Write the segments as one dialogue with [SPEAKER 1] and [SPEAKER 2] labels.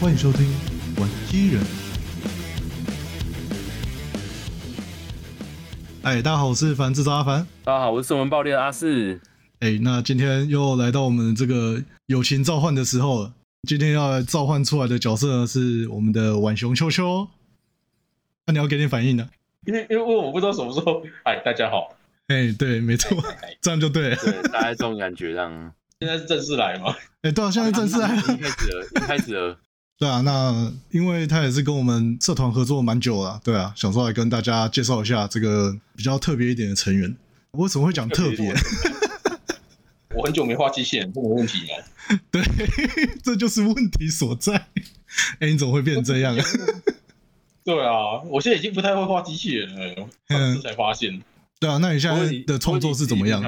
[SPEAKER 1] 欢迎收听《玩机人》。哎，大家好，我是凡制造阿凡。
[SPEAKER 2] 大家好，我是圣文爆裂的阿四。
[SPEAKER 1] 哎，那今天又来到我们这个友情召唤的时候了。今天要来召唤出来的角色呢是我们的浣熊秋秋。那、你要给点反应的、
[SPEAKER 3] 因为因为我不知道什么时候。哎，大家好，
[SPEAKER 1] 哎，对，没错，这样就对了。
[SPEAKER 2] 对，大概这种感觉这样。
[SPEAKER 3] 现在是正式来嘛？
[SPEAKER 1] 哎，对啊，现在正式来了。
[SPEAKER 2] 已经开始了，已经开 始了。
[SPEAKER 1] 对啊，那因为他也是跟我们社团合作蛮久了，对啊，想说来跟大家介绍一下这个比较特别一点的成员。为什么会讲特别？
[SPEAKER 3] 我很久没画机器人，这个问题啊。
[SPEAKER 1] 对，这就是问题所在。 哎，你怎么会变这样？
[SPEAKER 3] 对啊，我现在已经不太会画机器人了，上次才发现。
[SPEAKER 1] 对啊，那你现在的创作是怎么样？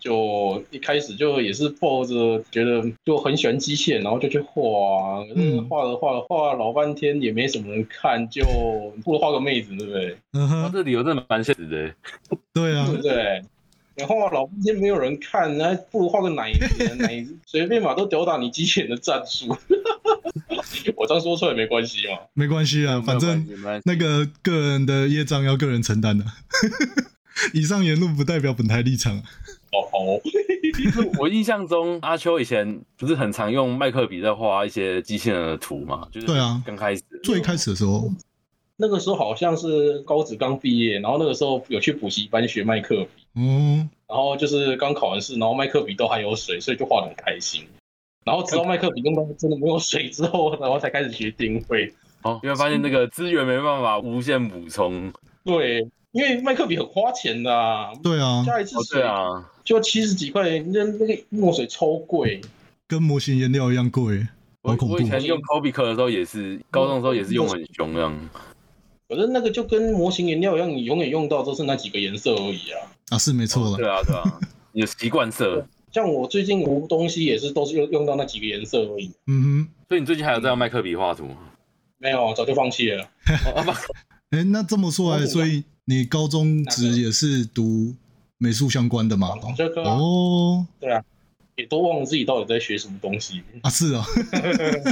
[SPEAKER 3] 就一开始就也是抱着觉得就很喜欢机器人，然后就去画啊，可是
[SPEAKER 1] 嗯
[SPEAKER 3] 画了画了画了老半天也没什么人看，就不如画个妹子，对不对？
[SPEAKER 1] 嗯
[SPEAKER 2] 哇，
[SPEAKER 1] 哼，
[SPEAKER 2] 哦这理由真的蛮现实的。
[SPEAKER 1] 对啊
[SPEAKER 3] 对，不对？你画了老半天没有人看，那不如画个奶子，啊奶子随便嘛都吊打你机器人的战术。 我这样说出来没关系嘛？
[SPEAKER 1] 没关系啊，反正
[SPEAKER 2] 没有关系
[SPEAKER 1] 那个个人的业障要个人承担的、啊 以上言论不代表本台立场。啊
[SPEAKER 3] 哦哦，
[SPEAKER 2] 没关系我印象中，阿秋以前不是很常用麦克笔在画一些机器人的图嘛？就是
[SPEAKER 1] 对啊
[SPEAKER 2] 刚开始
[SPEAKER 1] 最开始的时候，
[SPEAKER 3] 那个时候好像是高职刚毕业，然后那个时候有去补习班学麦克笔，
[SPEAKER 1] 嗯，
[SPEAKER 3] 然后就是刚考完试，然后麦克笔都还有水，所以就画得很开心。然后直到麦克笔用到真的没有水之后，然后才开始学定位。
[SPEAKER 2] 哦，因为发现那个资源没办法无限补充。
[SPEAKER 3] 对，因为麦克笔很花钱的、啊，
[SPEAKER 1] 对啊，
[SPEAKER 3] 加一次
[SPEAKER 2] 哦，
[SPEAKER 3] 水
[SPEAKER 2] 对啊，
[SPEAKER 3] 就七十几块，那那个墨水超贵。
[SPEAKER 1] 跟模型颜料一样贵，好
[SPEAKER 2] 我
[SPEAKER 1] 恐
[SPEAKER 2] 我以
[SPEAKER 1] 怖。嗯
[SPEAKER 2] 前用 Cobic 的时候也是，高中的时候也是用很凶这样。
[SPEAKER 3] 可是那个就跟模型颜料一样，你永远用到都是那几个颜色而已啊。
[SPEAKER 1] 啊，是没错了。
[SPEAKER 2] 对啊，对啊，你的习惯色。
[SPEAKER 3] 像我最近涂东西也是都是用用到那几个颜色而已，
[SPEAKER 1] 嗯
[SPEAKER 2] 所以你最近还有在用麦克笔画图吗？
[SPEAKER 3] 没有早就放弃了。
[SPEAKER 2] 哦啊
[SPEAKER 1] 哼，哎，那这么说来，所以你高中职也是读美术相关的嘛？
[SPEAKER 3] 广这个啊、
[SPEAKER 1] 哦，
[SPEAKER 3] 也都忘了自己到底在学什么东西。
[SPEAKER 1] 啊，是哦。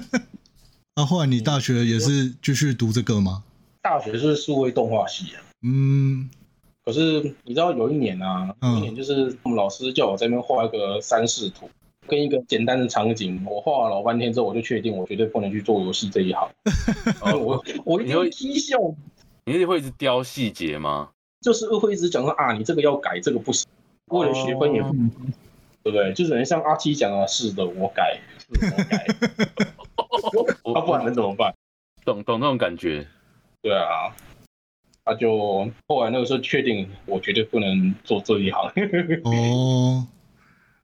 [SPEAKER 1] 那后来你大学也是继续读这个吗？
[SPEAKER 3] 大学是数位动画系啊，
[SPEAKER 1] 嗯，
[SPEAKER 3] 可是你知道有一年啊，
[SPEAKER 1] 嗯
[SPEAKER 3] 有一年就是我们老师叫我在那边画一个三视图，跟一个简单的场景，我画了老半天之后，我就确定我绝对不能去做游戏这一行，
[SPEAKER 2] 哦
[SPEAKER 3] 我我一定会踢笑，
[SPEAKER 2] 你是会一直雕细节吗？
[SPEAKER 3] 就是会一直讲说啊，你这个要改，这个不行，
[SPEAKER 2] 哦
[SPEAKER 3] 为了学分也不能对不对？就是很像阿七讲的，是的，我改，是的我改，
[SPEAKER 2] 我
[SPEAKER 3] 他、不然能怎么办？
[SPEAKER 2] 懂懂那种感觉。
[SPEAKER 3] 对啊，他就后来那个时候确定，我绝对不能做这一行。
[SPEAKER 1] 哦，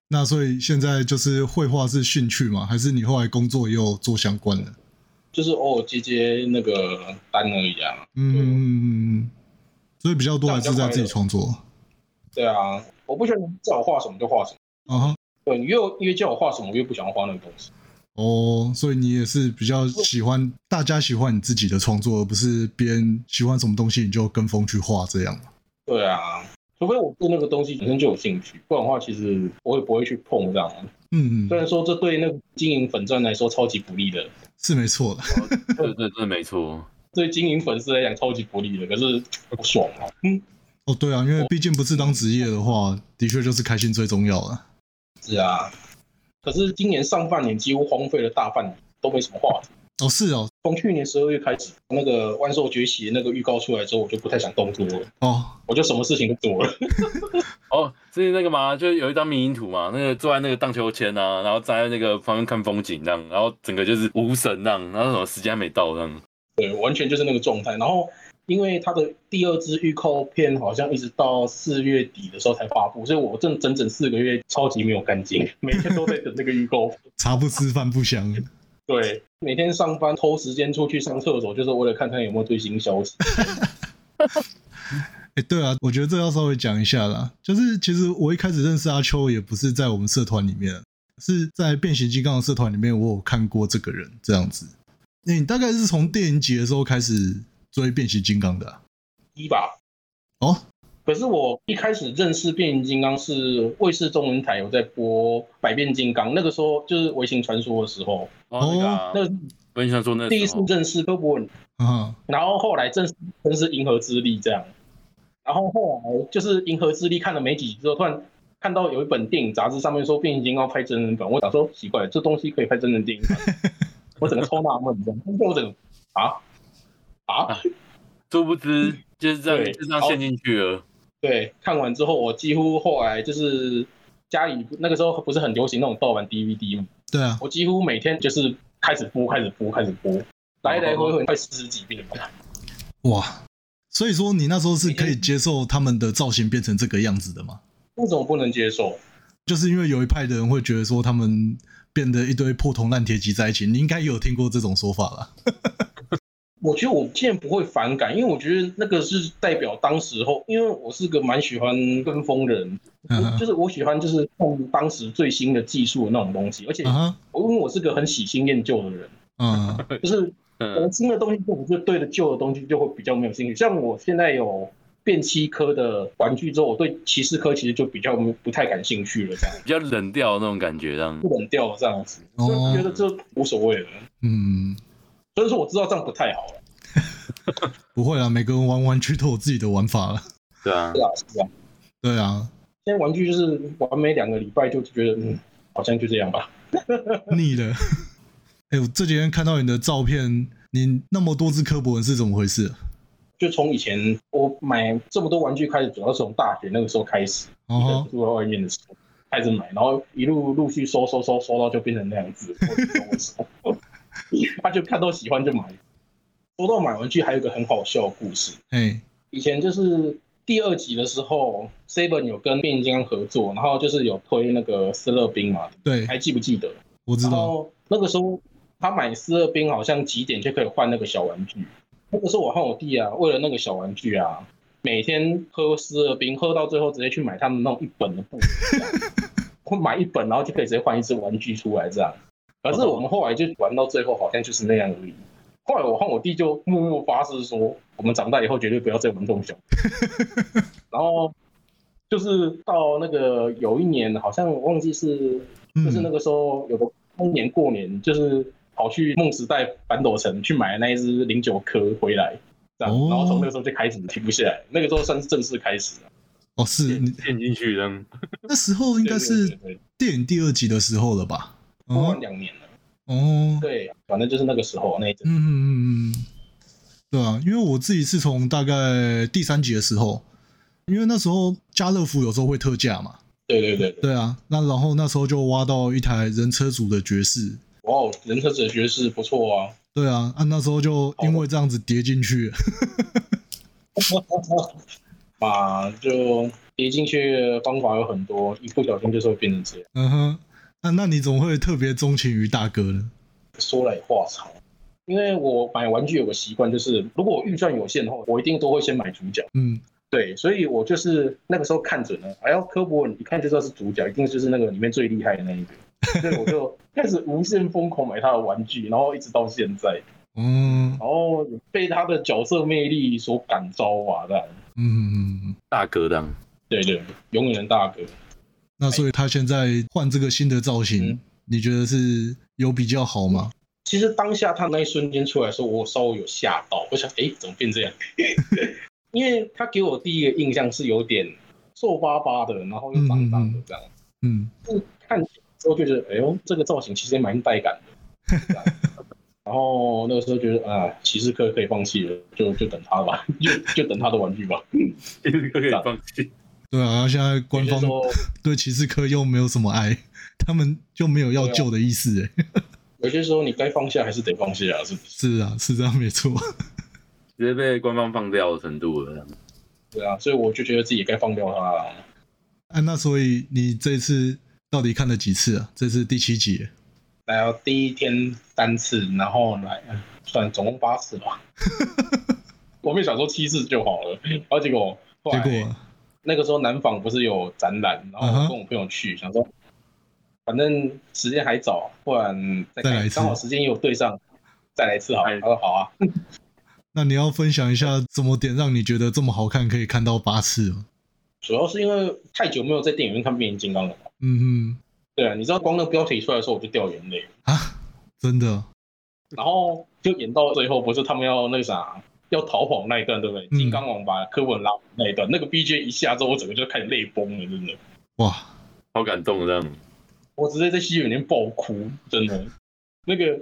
[SPEAKER 1] 那所以现在就是绘画是兴趣吗？还是你后来工作也有做相关的？
[SPEAKER 3] 就是偶尔接接那个单而已啊。
[SPEAKER 1] 嗯，所以比较多还是在自己创作。
[SPEAKER 3] 对啊，我不喜欢人叫我画什么就画什么。
[SPEAKER 1] 啊哈，
[SPEAKER 3] 对你越越叫我画什么，我越不想画那个东西。
[SPEAKER 1] 哦，所以你也是比较喜欢大家喜欢你自己的创作，而不是别人喜欢什么东西你就跟风去画这样。
[SPEAKER 3] 对啊，除非我对那个东西本身就有兴趣，不然的话，其实我也不会去碰这样。
[SPEAKER 1] 嗯
[SPEAKER 3] 虽，然说这对那个经营粉钻来说超级不利的，
[SPEAKER 1] 是没错的。
[SPEAKER 2] 对对对，没错。
[SPEAKER 3] 对经营粉丝来讲超级不利的，可是不爽啊。嗯，
[SPEAKER 1] 哦，对啊，因为毕竟不是当职业的话，的确就是开心最重要了。
[SPEAKER 3] 是啊。可是今年上半年几乎荒废了大半年，都没什么画。
[SPEAKER 1] 哦，是哦，
[SPEAKER 3] 从去年十二月开始，那个万兽崛起那个预告出来之后，我就不太想动作了，
[SPEAKER 1] 哦，
[SPEAKER 3] 我就什么事情都做了。
[SPEAKER 2] 哦，之前那个嘛，就有一张迷因图嘛，那个坐在那个荡秋千啊，然后站在那个旁边看风景那样，然后整个就是无神那样，然后什么时间还没到那样。
[SPEAKER 3] 对，完全就是那个状态。然后，因为它的第二支预告片好像一直到四月底的时候才发布，所以我正整整四个月超级没有干劲，每天都在等那个预告片。
[SPEAKER 1] 茶不思饭不香。
[SPEAKER 3] 对，每天上班偷时间出去上厕所，就是为了看看有没有最新消息。
[SPEAKER 1] 哎、对啊，我觉得这要稍微讲一下啦。就是其实我一开始认识阿秋也不是在我们社团里面，是在变形金刚的社团里面，我有看过这个人这样子。那你大概是从电影节的时候开始追变形金刚的啊、
[SPEAKER 3] 一吧。
[SPEAKER 1] 哦，
[SPEAKER 3] 可是我一开始认识变形金刚是卫视中文台有在播《百变金刚》，那个时候就是《微型传说》的时候，
[SPEAKER 2] 哦，那个、啊
[SPEAKER 3] 那个
[SPEAKER 2] 《本想说那时候
[SPEAKER 3] 第一次认识科博文，
[SPEAKER 1] 啊，
[SPEAKER 3] 然后后来正式正式银河之力这样，然后后来就是银河之力看了没几集之后，突然看到有一本电影杂志上面说变形金刚拍真人版，我想说奇怪，这东西可以拍真人电影版，我整个超纳闷这样，但是我整个啊啊，
[SPEAKER 2] 殊不知就是这样
[SPEAKER 3] 对
[SPEAKER 2] 就这样陷进去了。
[SPEAKER 3] 对，看完之后我几乎后来就是家里那个时候不是很流行那种盗版 DVD 吗？
[SPEAKER 1] 对啊，
[SPEAKER 3] 我几乎每天就是开始播，开始播，开始播，来来回回快四十几遍吧。
[SPEAKER 1] 哇，所以说你那时候是可以接受他们的造型变成这个样子的吗？
[SPEAKER 3] 为什么不能接受？
[SPEAKER 1] 就是因为有一派的人会觉得说他们变得一堆破铜烂铁挤在一起，你应该也有听过这种说法啦。
[SPEAKER 3] 我觉得我竟然不会反感，因为我觉得那个是代表当时候，因为我是个蛮喜欢跟风的人，
[SPEAKER 1] 嗯 哼
[SPEAKER 3] 就是我喜欢就是看当时最新的技术的那种东西，而且
[SPEAKER 1] 啊
[SPEAKER 3] 我因为我是个很喜新厌旧的人，
[SPEAKER 1] 哈，嗯，
[SPEAKER 3] 就是可能
[SPEAKER 2] 嗯，
[SPEAKER 3] 新的东西我就对了旧的东西就会比较没有兴趣。像我现在有变七科的玩具之后，我对骑士科其实就比较不太感兴趣了，这样
[SPEAKER 2] 比较冷调的那种感觉，这样
[SPEAKER 3] 不冷掉了这样子，
[SPEAKER 1] 哦
[SPEAKER 3] 所以觉得这无所谓了。
[SPEAKER 1] 嗯，
[SPEAKER 3] 所以说我知道这样不太好了，
[SPEAKER 1] 不会啊啦，每个人玩玩具都有自己的玩法了。
[SPEAKER 2] 对啊
[SPEAKER 3] 是，啊是啊。
[SPEAKER 1] 对啊，
[SPEAKER 3] 现在玩具就是玩没两个礼拜就觉得嗯，好像就这样吧。
[SPEAKER 1] 腻了。 哎、我这几天看到你的照片，你那么多只科博文是怎么回事？啊
[SPEAKER 3] 就从以前我买这么多玩具开始，主要是从大学那个时候开始，一个
[SPEAKER 1] 哦
[SPEAKER 3] 人，住在外面的时候开始买，然后一路陆续收收收收到就变成那样子，我也不知道为什么他就看到喜欢就买。说到买玩具，还有一个很好笑的故事。
[SPEAKER 1] 哎，
[SPEAKER 3] 以前就是第二集的时候，Seven 有跟变形金刚合作，然后就是有推那个斯乐冰嘛，
[SPEAKER 1] 对，
[SPEAKER 3] 还哦记不记得？
[SPEAKER 1] 我知
[SPEAKER 3] 然
[SPEAKER 1] 道。
[SPEAKER 3] 后那个时候他买四二冰，好像几点就可以换那个小玩具。那个时候我和我弟啊，为了那个小玩具啊，每天喝四二冰，喝到最后直接去买他们那种一本的 布，这样会买一本，然后就可以直接换一只玩具出来这样。可是我们后来就玩到最后，好像就是那样而已。后来我和我弟就默默发誓说，我们长大以后绝对不要再玩这种小。 然后就是到那个有一年，好像我忘记是就是那
[SPEAKER 1] 嗯，
[SPEAKER 3] 个时候有个当年过年，就是跑去梦时代反斗城去买那一只零九颗回来，这样，
[SPEAKER 1] 哦
[SPEAKER 3] 然后从那个时候就开始停不下来，那个时候算是正式开始了。
[SPEAKER 1] 哦，是你
[SPEAKER 2] 陷进去这样。
[SPEAKER 1] 那时候应该
[SPEAKER 3] 对
[SPEAKER 1] 是
[SPEAKER 3] 对对对
[SPEAKER 1] 电影第二集的时候了吧？
[SPEAKER 3] 过完
[SPEAKER 1] 哦
[SPEAKER 3] 两年了，
[SPEAKER 1] 哦，
[SPEAKER 3] 对，反正就是那个时候那一
[SPEAKER 1] 嗯
[SPEAKER 3] 阵，
[SPEAKER 1] 嗯嗯，嗯，对啊，因为我自己是从大概第三集的时候，因为那时候家乐福有时候会特价嘛，
[SPEAKER 3] 对对对对，
[SPEAKER 1] 对啊，那然后那时候就挖到一台人车组的爵士，
[SPEAKER 3] 哇哦，人车哲学是不错啊，
[SPEAKER 1] 对啊，啊那时候就因为这样子跌进去，
[SPEAKER 3] 嘛就跌进去的方法有很多，一不小心就是会变成这样。
[SPEAKER 1] 嗯哼，那、那你怎么会特别钟情于大哥呢？
[SPEAKER 3] 说来话长，因为我买玩具有个习惯，就是如果我预算有限的话，我一定都会先买主角。
[SPEAKER 1] 嗯，
[SPEAKER 3] 对，所以我就是那个时候看准了，哎呦，科博文一看就知道是主角，一定就是那个里面最厉害的那一个，所以我就开始无限疯狂买他的玩具，然后一直到现在，
[SPEAKER 1] 哦，
[SPEAKER 3] 然后也被他的角色魅力所感召吧，这样。
[SPEAKER 1] 嗯，
[SPEAKER 2] 大哥这 样，
[SPEAKER 3] 对对，永远的大哥。
[SPEAKER 1] 那所以他现在换这个新的造型，
[SPEAKER 3] 嗯
[SPEAKER 1] 你觉得是有比较好吗？
[SPEAKER 3] 其实当下他那一瞬间出来的时候，我稍微有吓到，我想，哎，怎么变这样？ 因为他给我第一个印象是有点皱巴巴的，然后又脏脏的这样。
[SPEAKER 1] 嗯，
[SPEAKER 3] 看之后就觉得，哎呦，这个造型其实也蛮带感的。这样然后那个时候觉得啊，骑士课可以放弃了，就就等他吧，就就等他的玩具吧。
[SPEAKER 2] 其实可以放弃。
[SPEAKER 1] 对啊，现在官
[SPEAKER 3] 就
[SPEAKER 1] 方
[SPEAKER 3] 是说
[SPEAKER 1] 对骑士科又没有什么爱， 他们就没有要
[SPEAKER 3] 对啊
[SPEAKER 1] 救的意思、欸。
[SPEAKER 3] 有些时候你该放下还是得放下，是不是？
[SPEAKER 1] 是啊，是这样没错。
[SPEAKER 2] 直接被官方放掉的程度了，
[SPEAKER 3] 对啊，所以我就觉得自己该放掉他了。
[SPEAKER 1] 啊，那所以你这次到底看了几次啊？这是第七集欸，
[SPEAKER 3] 然后啊第一天三次，然后来算总共八次吧。 我们想说七次就好了，然后结果后
[SPEAKER 1] 结
[SPEAKER 3] 来
[SPEAKER 1] 果啊
[SPEAKER 3] 那个时候南纺不是有展览，然
[SPEAKER 1] 嗯
[SPEAKER 3] 后我跟我朋友去，想说反正时间还早，不然再看
[SPEAKER 1] 再来一次
[SPEAKER 3] 刚好时间也有对上，再来一次好了。
[SPEAKER 2] 哎
[SPEAKER 3] 他说好啊，
[SPEAKER 1] 那你要分享一下什么点让你觉得这么好看，可以看到八次吗？
[SPEAKER 3] 主要是因为太久没有在电影院看变形金刚了嘛。
[SPEAKER 1] 嗯
[SPEAKER 3] 对啊，你知道光那个标题出来的时候我就掉眼泪，
[SPEAKER 1] 哼，啊，真的，
[SPEAKER 3] 然后就演到最后，不是他们要那个啥，要逃跑那一段，对不对？
[SPEAKER 1] 嗯
[SPEAKER 3] 金刚王把柯文拉那一段，那个 BJ 一下之后，我整个就开始泪崩了，真的，
[SPEAKER 1] 哇，
[SPEAKER 2] 好感动这样。
[SPEAKER 3] 我直接在戏院里面爆哭，真的。那个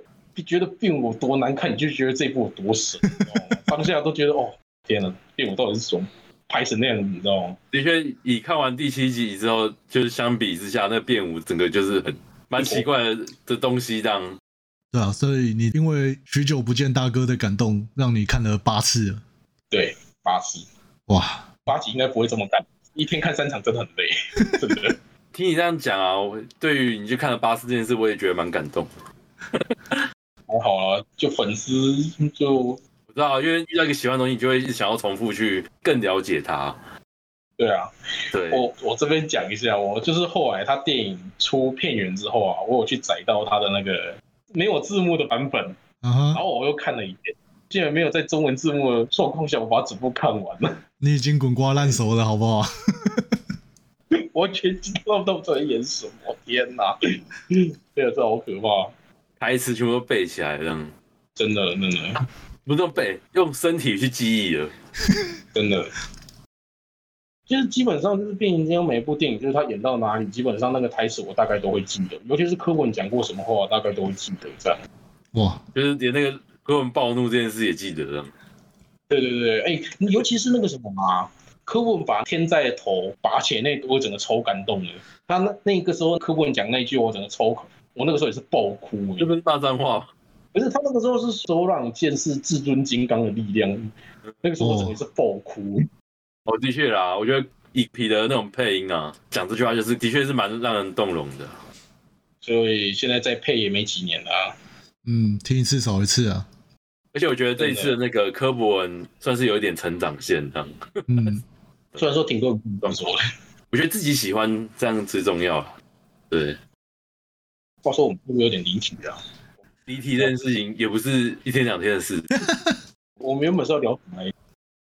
[SPEAKER 3] 觉得病我多难看，你就觉得这一部有多神，你知道吗当下都觉得哦，天哪，病我到底是怎么拍成那样子，你知道吗？
[SPEAKER 2] 的确，以看完第七集之后，就是相比之下，那个变舞整个就是很蛮奇怪的的东西这样。
[SPEAKER 1] 对啊，所以你因为许久不见大哥的感动，让你看了八次了，
[SPEAKER 3] 对，八集
[SPEAKER 1] 哇，
[SPEAKER 3] 八集应该不会这么干，一天看三场真的很累， 真的。
[SPEAKER 2] 听你这样讲啊，我对于你去看了巴斯这件事，我也觉得蛮感动的。
[SPEAKER 3] 还好啊，就粉丝就
[SPEAKER 2] 我知道，因为遇到一个喜欢的东西，你就会一直想要重复去更了解它。
[SPEAKER 3] 对啊。
[SPEAKER 2] 对，
[SPEAKER 3] 我我这边讲一下，我就是后来他电影出片源之后啊，我有去载到他的那个没有字幕的版本，
[SPEAKER 1] 啊
[SPEAKER 3] 然
[SPEAKER 1] 哈，
[SPEAKER 3] 后我又看了一遍，竟然没有在中文字幕的状况下，我把整部看完了。
[SPEAKER 1] 你已经滚瓜烂熟了，好不好？
[SPEAKER 3] 完全知道他们在演什么，天哪！这个真的好可怕，
[SPEAKER 2] 台词全部都背起来，这样
[SPEAKER 3] 真的真的
[SPEAKER 2] 不用背，用身体去记忆了。
[SPEAKER 3] 真的。就是基本上就是变形金刚每一部电影，就是他演到哪里，基本上那个台词我大概都会记得，尤其是柯文讲过什么话，大概都会记得这样。
[SPEAKER 1] 哇，
[SPEAKER 2] 就是连那个柯文暴怒这件事也记得这样。
[SPEAKER 3] 对对对，哎、尤其是那个什么嘛，柯文把天在的头拔起来那一段，我整个超感动的。他那那个时候柯文讲那一句，我整个超，我那个时候也是爆哭哎
[SPEAKER 2] 这不是大脏话，
[SPEAKER 3] 可是他那个时候是首让你见识至尊金刚的力量，那个时候我整个是爆哭。
[SPEAKER 2] 哦，的确啦，我觉得以彼得那种配音啊，讲这句话就是的确是蛮让人动容的。
[SPEAKER 3] 所以现在再配也没几年了、啊，
[SPEAKER 1] 嗯，听一次少一次啊，
[SPEAKER 2] 而且我觉得这一次的那个科博文算是有一点成长线这样，
[SPEAKER 1] 嗯，
[SPEAKER 3] 虽然说挺多人不这么说的。
[SPEAKER 2] 我觉得自己喜欢这样最重要啊。对，
[SPEAKER 3] 话说我们会不会有点离题啊？
[SPEAKER 2] 离题这件事情也不是一天两天的事，
[SPEAKER 3] 我们原本是要聊什么来着？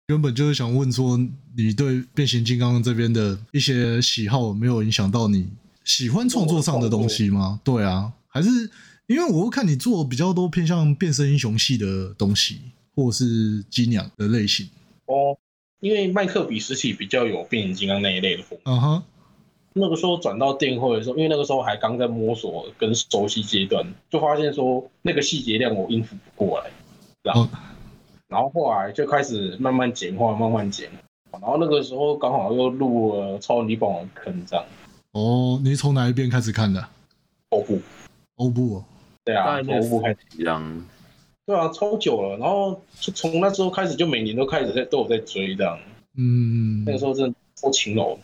[SPEAKER 1] 原本就是想问说，你对变形金刚这边的一些喜好有没有影响到你喜欢创作上的东西吗？对啊，还是因为我看你做比较多偏向变身英雄系的东西，或是机娘的类型，
[SPEAKER 3] 哦，因为麦克比时期比较有变形金刚那一类的风格。
[SPEAKER 1] 啊哈，
[SPEAKER 3] 那个时候转到电绘的时候，因为那个时候还刚在摸索跟熟悉阶段，就发现说那个细节量我应付不过来，然后、
[SPEAKER 1] 哦
[SPEAKER 3] 然后后来就开始慢慢简化，慢慢简化，然后那个时候刚好又录了《超能力霸王》坑这样，
[SPEAKER 1] 哦，你从哪一边开始看的？
[SPEAKER 3] 头部
[SPEAKER 1] 欧布、哦，
[SPEAKER 3] 对
[SPEAKER 2] 大概
[SPEAKER 3] 啊，头
[SPEAKER 2] 那
[SPEAKER 3] 部开始
[SPEAKER 2] 一样。
[SPEAKER 3] 对啊，超久了，然后就从那时候开始就每年都开始在都有在追这样，
[SPEAKER 1] 嗯
[SPEAKER 3] 那，个时候真的超勤劳的，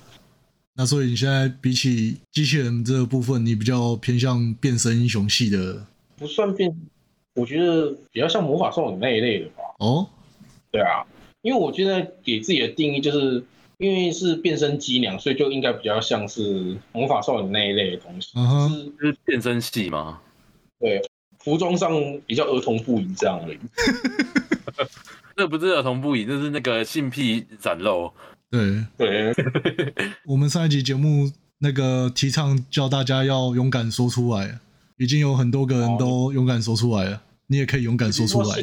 [SPEAKER 1] 那所以你现在比起机器人这个部分，你比较偏向变身英雄系的
[SPEAKER 3] 不算变，我觉得比较像魔法少女那一类的吧。
[SPEAKER 1] 哦，
[SPEAKER 3] 对啊，因为我觉得给自己的定义就是，因为是变身机娘，所以就应该比较像是魔法少女那一类的东西，
[SPEAKER 1] 嗯哼
[SPEAKER 3] 就是
[SPEAKER 2] 就是变身系嘛，
[SPEAKER 3] 服装上比较儿童不宜这样而已。
[SPEAKER 2] 那不是儿童不宜，那是那个性癖展露。
[SPEAKER 1] 对，
[SPEAKER 3] 对，
[SPEAKER 1] 我们上一集节目那个提倡叫大家要勇敢说出来，已经有很多个人都勇敢说出来了，你也可以勇敢说出来。。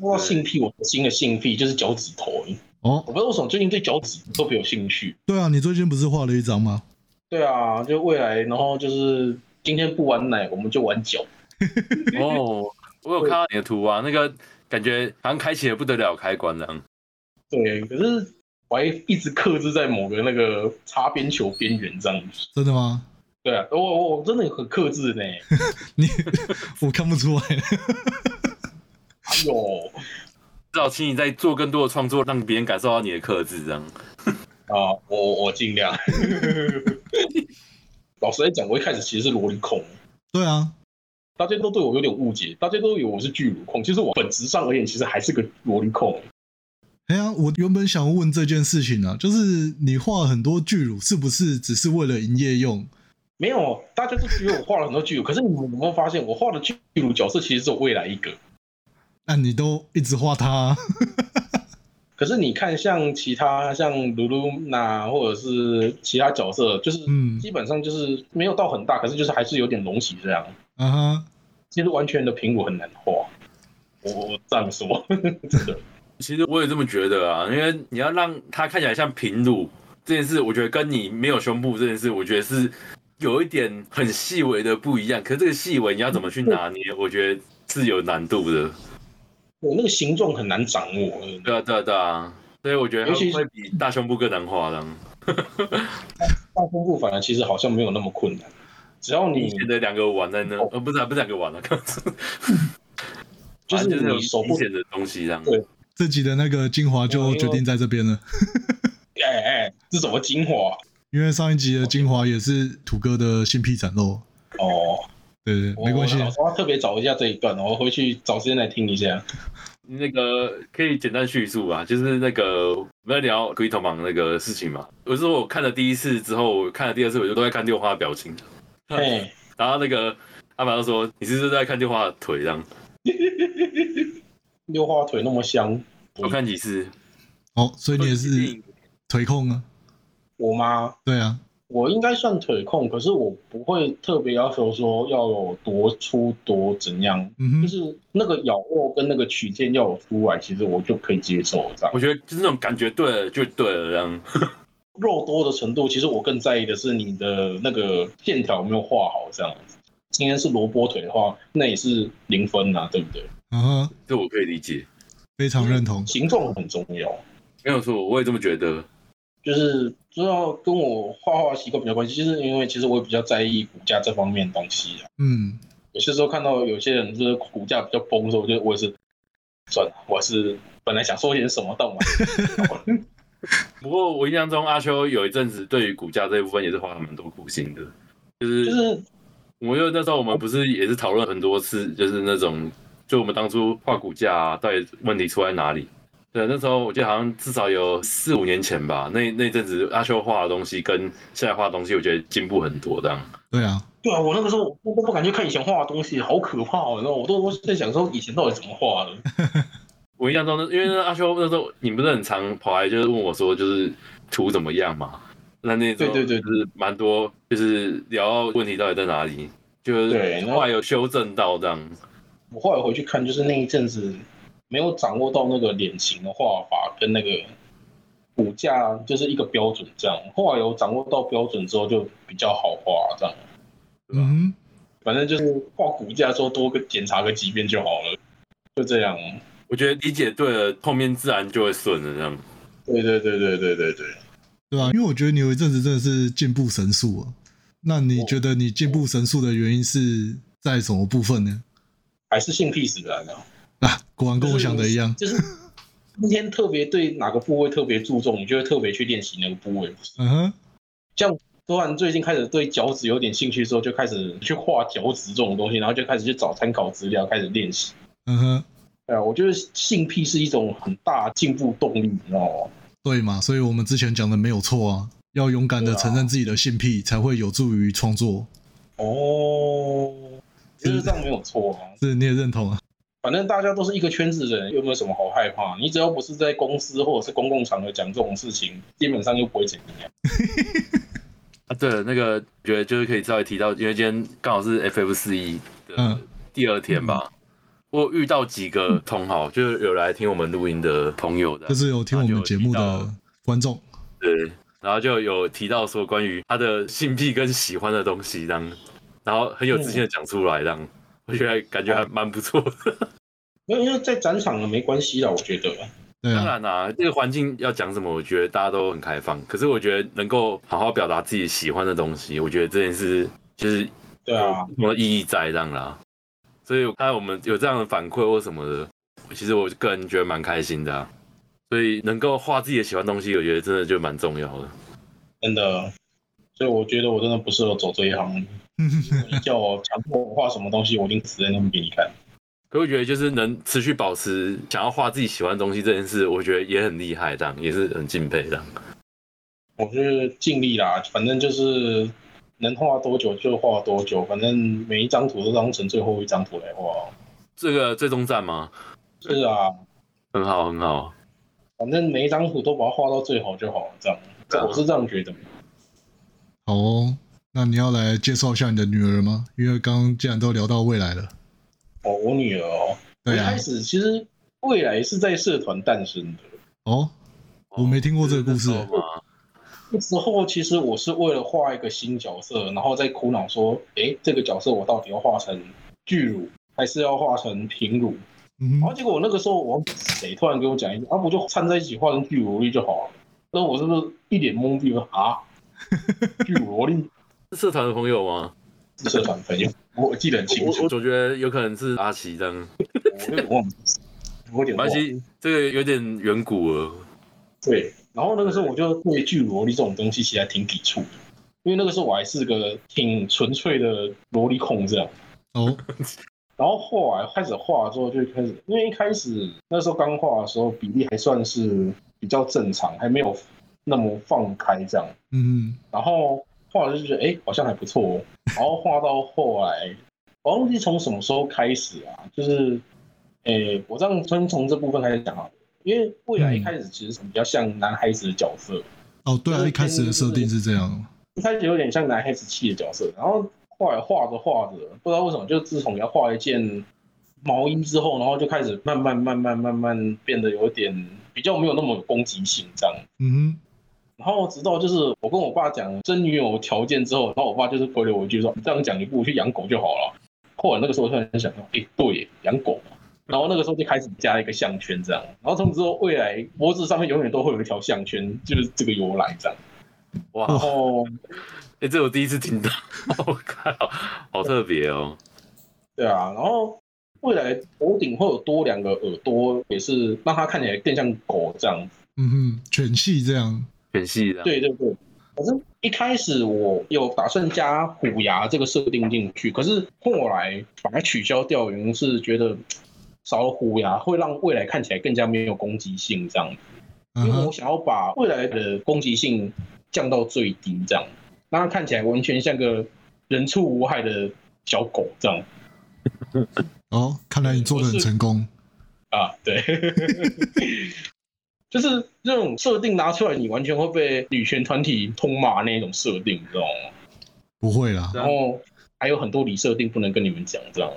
[SPEAKER 3] 说到性癖，我新的性癖就是脚趾头，我
[SPEAKER 1] 哦，
[SPEAKER 3] 不知道为什么最近对脚趾特别有兴趣。
[SPEAKER 1] 对啊，你最近不是画了一张吗？
[SPEAKER 3] 对啊，就未来，然后就是今天不玩奶，我们就玩脚。
[SPEAKER 2] 哦，我有看到你的图啊，那个感觉好像开启了不得了开关这样。
[SPEAKER 3] 对，可是我还一直克制在某个那个擦边球边缘这样子。
[SPEAKER 1] 真的吗？
[SPEAKER 3] 对啊，我我我真的很克制呢。
[SPEAKER 1] 你我看不出来。
[SPEAKER 3] 哎呦。
[SPEAKER 2] 至少请你在做更多的创作，让别人感受到你的克制这样。
[SPEAKER 3] 啊，我我我尽量。 老实来讲，我一开始其实是萝莉控，
[SPEAKER 1] 对啊，
[SPEAKER 3] 大家都对我有点误解，大家都以为我是巨乳控，其实我本质上而言，其实还是个萝莉控。
[SPEAKER 1] 哎呀，我原本想问这件事情啊，就是你画很多巨乳，是不是只是为了营业用？
[SPEAKER 3] 没有，大家都觉得我画了很多巨乳，可是你们有没有发现，我画的巨乳角色其实只有未来一个。
[SPEAKER 1] 那啊你都一直画它 啊、
[SPEAKER 3] 可是你看，像其他像鲁鲁娜或者是其他角色，就是
[SPEAKER 1] 嗯
[SPEAKER 3] 基本上就是没有到很大，可是就是还是有点隆起这样。
[SPEAKER 1] 啊哈，
[SPEAKER 3] 其实完全的苹果很难画。我我这样说，真的。
[SPEAKER 2] 其实我也这么觉得啊，因为你要让它看起来像平乳这件事，我觉得跟你没有胸部这件事，我觉得是有一点很细微的不一样。可是这个细微你要怎么去拿捏，我觉得是有难度的。
[SPEAKER 3] 我那个形状很难掌握，真的
[SPEAKER 2] 对啊，对啊，对啊。所以我觉得它
[SPEAKER 3] 尤其是
[SPEAKER 2] 会比大胸部更难画的，
[SPEAKER 3] 嗯大胸部反而其实好像没有那么困难，只要
[SPEAKER 2] 明
[SPEAKER 3] 你
[SPEAKER 2] 显的两个碗在那，
[SPEAKER 3] 哦
[SPEAKER 2] 呃，不是、啊、不是两个碗啊，
[SPEAKER 3] 就
[SPEAKER 2] 反
[SPEAKER 3] 是
[SPEAKER 2] 正就是有
[SPEAKER 3] 你手
[SPEAKER 2] 明
[SPEAKER 3] 部，
[SPEAKER 2] 显的东西这样。
[SPEAKER 3] 对
[SPEAKER 1] 这集的那个精华就决定在这边了，
[SPEAKER 3] 哎哎，这什么精华？
[SPEAKER 1] 因为上一集的精华也是土哥的性癖展露，
[SPEAKER 3] 哦，
[SPEAKER 1] 对对，
[SPEAKER 3] 我
[SPEAKER 1] 没关系
[SPEAKER 3] 我，老师要特别找一下这一段，我回去找时间来听一下。
[SPEAKER 2] 那个可以简单叙述啊，就是那个我们在聊《鬼头盲》那个事情嘛。我是说我看了第一次之后，我看了第二次，我就都在看六花的表情。
[SPEAKER 3] 嘿，
[SPEAKER 2] 然后那个阿凡就说：“你是不是在看六花的腿？”这样
[SPEAKER 3] 六花腿那么香，
[SPEAKER 2] 我看几次，
[SPEAKER 1] 哦，所以你也是腿控啊？
[SPEAKER 3] 我妈
[SPEAKER 1] 对啊，
[SPEAKER 3] 我应该算腿控，可是我不会特别要求说要有多粗多怎样，
[SPEAKER 1] 嗯哼，
[SPEAKER 3] 就是那个咬握跟那个曲线要有出来，其实我就可以接受这样
[SPEAKER 2] 我。觉得就是那种感觉对了就对了这样。
[SPEAKER 3] 肉多的程度，其实我更在意的是你的那个线条有没有画好这样子。今天是萝卜腿的话，那也是零分啊，对不对？
[SPEAKER 1] 嗯哼，
[SPEAKER 2] 这我可以理解，
[SPEAKER 1] 非常认同。
[SPEAKER 3] 形状很重要，
[SPEAKER 2] 没有错，我也这么觉得。
[SPEAKER 3] 就是主要跟我画画习惯比较关系，就是因为其实我也比较在意骨架这方面的东西啊。
[SPEAKER 1] 嗯，
[SPEAKER 3] 有些时候看到有些人就是骨架比较崩的时候，我就我也是算了，我还是本来想说点什么，但我 还是
[SPEAKER 2] 不过我印象中，阿秋有一阵子对于骨架这一部分也是花了蛮多苦心的，就是
[SPEAKER 3] 就是
[SPEAKER 2] 我因为那时候
[SPEAKER 3] 哦
[SPEAKER 2] 我们不是也是讨论很多次，就是那种就我们当初画骨架啊，到底问题出在哪里？对，那时候我记得好像至少有四五年前吧，那那阵子阿修画的东西跟现在画的东西，我觉得进步很多。这样，
[SPEAKER 1] 对啊，
[SPEAKER 3] 对啊，我那个时候我都不敢去看以前画的东西，好可怕哦！然后我都我在想说以前到底怎么画的。
[SPEAKER 2] 我印象中，因为那阿修那时候你不是很常跑来就是问我说，就是图怎么样嘛？那那时候
[SPEAKER 3] 对对对
[SPEAKER 2] 就是蛮多，就是聊到问题到底在哪里，就是
[SPEAKER 3] 对然后
[SPEAKER 2] 后来有修正到这样。
[SPEAKER 3] 我后来回去看，就是那一阵子没有掌握到那个脸型的画法跟那个骨架，就是一个标准这样。后来有掌握到标准之后，就比较好画这样。
[SPEAKER 2] 对吧
[SPEAKER 1] 嗯
[SPEAKER 3] 反正就是画骨架的时候多个检查个几遍就好了，就这样。
[SPEAKER 2] 我觉得理解对了，后面自然就会顺了这样。
[SPEAKER 3] 对对对对对对对。
[SPEAKER 1] 哼，对啊，因为我觉得你有一阵子真的是进步神速啊。那你觉得你进步神速的原因是在什么部分呢？
[SPEAKER 3] 还是性癖使然啊，
[SPEAKER 1] 啊，果然跟我想的一样。
[SPEAKER 3] 就是今天特别对哪个部位特别注重，你就会特别去练习那个部位。
[SPEAKER 1] 嗯哼，
[SPEAKER 3] 突然最近开始对脚趾有点兴趣之后，就开始去画脚趾这种东西，然后就开始去找参考资料，开始练习。
[SPEAKER 1] 嗯哼，
[SPEAKER 3] 对啊，我觉得性癖是一种很大的进步动力，你知道吗？
[SPEAKER 1] 对嘛，所以我们之前讲的没有错啊，要勇敢的
[SPEAKER 3] 对啊
[SPEAKER 1] 承认自己的性癖，才会有助于创作。
[SPEAKER 3] 哦，其实这样没有错啊。
[SPEAKER 1] 这你也认同啊？
[SPEAKER 3] 反正大家都是一个圈子的人，有没有什么好害怕？你只要不是在公司或者是公共场合讲这种事情，基本上就不会怎样。
[SPEAKER 2] 啊，对了，那个觉得就是可以稍微提到，因为今天刚好是 FF 四一的
[SPEAKER 1] 嗯
[SPEAKER 2] 第二天吧，我有遇到几个同好，就是有来听我们录音的朋友的，
[SPEAKER 1] 就是有听我们节目的观众，
[SPEAKER 2] 对，然后就有提到说关于他的性癖跟喜欢的东西，这样，然后很有自信的讲出来，这样，我觉得感觉还蛮不错的。
[SPEAKER 3] 没有，因为在展场了没关系啦，我觉得。
[SPEAKER 1] 对
[SPEAKER 2] 当
[SPEAKER 1] 啊，
[SPEAKER 2] 然啦、这个环境要讲什么，我觉得大家都很开放，可是我觉得能够好好表达自己喜欢的东西，我觉得这件事就是
[SPEAKER 3] 对啊，
[SPEAKER 2] 有什么意义在这样啦。所以看我们有这样的反馈或什么的，其实我个人觉得蛮开心的、啊。所以能够画自己的喜欢的东西，我觉得真的就蛮重要的。
[SPEAKER 3] 真的。所以我觉得我真的不适合走这 一行。你叫我强迫我画什么东西，我一定死在那边给你看。
[SPEAKER 2] 可我觉得就是能持续保持想要画自己喜欢的东西这件事，我觉得也很厉害，这样也是很敬佩这样。
[SPEAKER 3] 我是尽力啦，反正就是能画多久就画多久，反正每一张图都当成最后一张图来画。
[SPEAKER 2] 这个最终战吗？
[SPEAKER 3] 是啊，
[SPEAKER 2] 很好，很好。
[SPEAKER 3] 反正每一张图都把它画到最好就好了，这样。
[SPEAKER 2] 对啊
[SPEAKER 3] 我是这样觉得。
[SPEAKER 1] 好哦，那你要来介绍一下你的女儿吗？因为刚刚既然都聊到未来了，
[SPEAKER 3] 哦，我女儿哦，我
[SPEAKER 1] 对
[SPEAKER 3] 一
[SPEAKER 1] 啊
[SPEAKER 3] 开，始其实未来是在社团诞生的，
[SPEAKER 1] 哦，我没听过这个故事
[SPEAKER 2] 就是那时候嘛
[SPEAKER 3] 之后其实我是为了画一个新角色，然后再苦恼说，诶，这个角色我到底要画成巨乳还是要画成平乳？
[SPEAKER 1] 嗯
[SPEAKER 3] 然后结果我那个时候我忘记是谁突然给我讲一句，啊，不就掺在一起画成巨乳萝莉就好了？那我是不是一脸懵逼了啊？巨乳萝莉
[SPEAKER 2] 是社团的朋友吗？
[SPEAKER 3] 是社团朋友，我我记得很清
[SPEAKER 2] 我
[SPEAKER 3] 楚，
[SPEAKER 2] 我总觉得有可能是阿奇这样，
[SPEAKER 3] 我有点忘记，我有点
[SPEAKER 2] 没关
[SPEAKER 3] 忘记。
[SPEAKER 2] 系，这个有点远古了。
[SPEAKER 3] 对，然后那个时候我就对巨乳萝莉这种东西其实还挺抵触的，因为那个时候我还是个挺纯粹的萝莉控这样。
[SPEAKER 1] 哦，
[SPEAKER 3] 然后后来开始画之后，就开始，因为一开始那时候刚画的时候，比例还算是比较正常，还没有那么放开这样。
[SPEAKER 1] 嗯，
[SPEAKER 3] 然后画了就觉得，哎、好像还不错、哦。然后画到后来，我忘记从什么时候开始啊，就是，哎、我这样先从这部分开始讲啊，因为未来一开始其实比较像男孩子的角色，
[SPEAKER 1] 哦，对啊，
[SPEAKER 3] 就是
[SPEAKER 1] 一开始的设定是这样哦，
[SPEAKER 3] 一开始有点像男孩子气的角色，然后后来画着画着，不知道为什么，就自从要画一件毛衣之后，然后就开始慢慢慢慢慢慢变得有点比较没有那么有攻击性这样。
[SPEAKER 1] 嗯
[SPEAKER 3] 然后直到就是我跟我爸讲真女友条件之后，然后我爸就是回了我一句说：“你这样讲，你不如去养狗就好了。”后来那个时候突然想到，哎、对耶，养狗。然后那个时候就开始加一个项圈这样，然后从此之后未来脖子上面永远都会有一条项圈，就是这个由来这样。哦
[SPEAKER 2] 哇，
[SPEAKER 3] 然
[SPEAKER 2] 哎、
[SPEAKER 3] 后
[SPEAKER 2] 这我第一次听到， 我靠，好特别哦。
[SPEAKER 3] 对啊，然后未来头顶会有多两个耳朵，也是让它看起来更像狗这样子。
[SPEAKER 1] 哼，嗯哼，犬系这样，
[SPEAKER 2] 很细的，
[SPEAKER 3] 对对对，可是一开始我有打算加虎牙这个设定进去，可是后来把它取消掉，原因是觉得少了虎牙会让未来看起来更加没有攻击性这样子。因
[SPEAKER 1] 嗯
[SPEAKER 3] 为我
[SPEAKER 1] 哼，
[SPEAKER 3] 想要把未来的攻击性降到最低，这样让它看起来完全像个人畜无害的小狗这样
[SPEAKER 1] 哦，看来你做的很成功，
[SPEAKER 3] 啊，对。 就是这种设定拿出来，你完全会被女权团体痛骂那种设定，你知道吗？
[SPEAKER 1] 不会啦，
[SPEAKER 3] 然后还有很多里设定不能跟你们讲，这样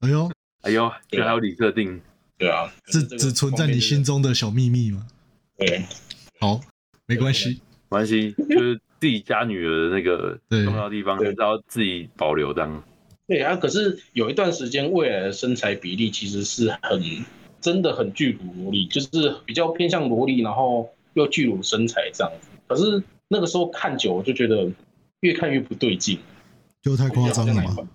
[SPEAKER 1] 哎呦，
[SPEAKER 2] 哎呦，这还有李特定，
[SPEAKER 3] 对啊，
[SPEAKER 1] 这
[SPEAKER 3] 可是
[SPEAKER 1] 只存在你心中的小秘密嘛，
[SPEAKER 3] 这个方面
[SPEAKER 1] 好，没关系，
[SPEAKER 2] 没关系，就是自己家女儿的那个
[SPEAKER 1] 对
[SPEAKER 2] 重要地方，还
[SPEAKER 3] 对
[SPEAKER 2] 是要自己保留当。
[SPEAKER 3] 对对啊。可是有一段时间，未来的身材比例其实是很真的很巨乳萝莉，就是比较偏向萝莉，然后又巨乳身材这样子。可是那个时候看久，我就觉得越看越不对劲，
[SPEAKER 1] 就太夸张了
[SPEAKER 3] 好像哪一
[SPEAKER 1] 吧
[SPEAKER 3] 款？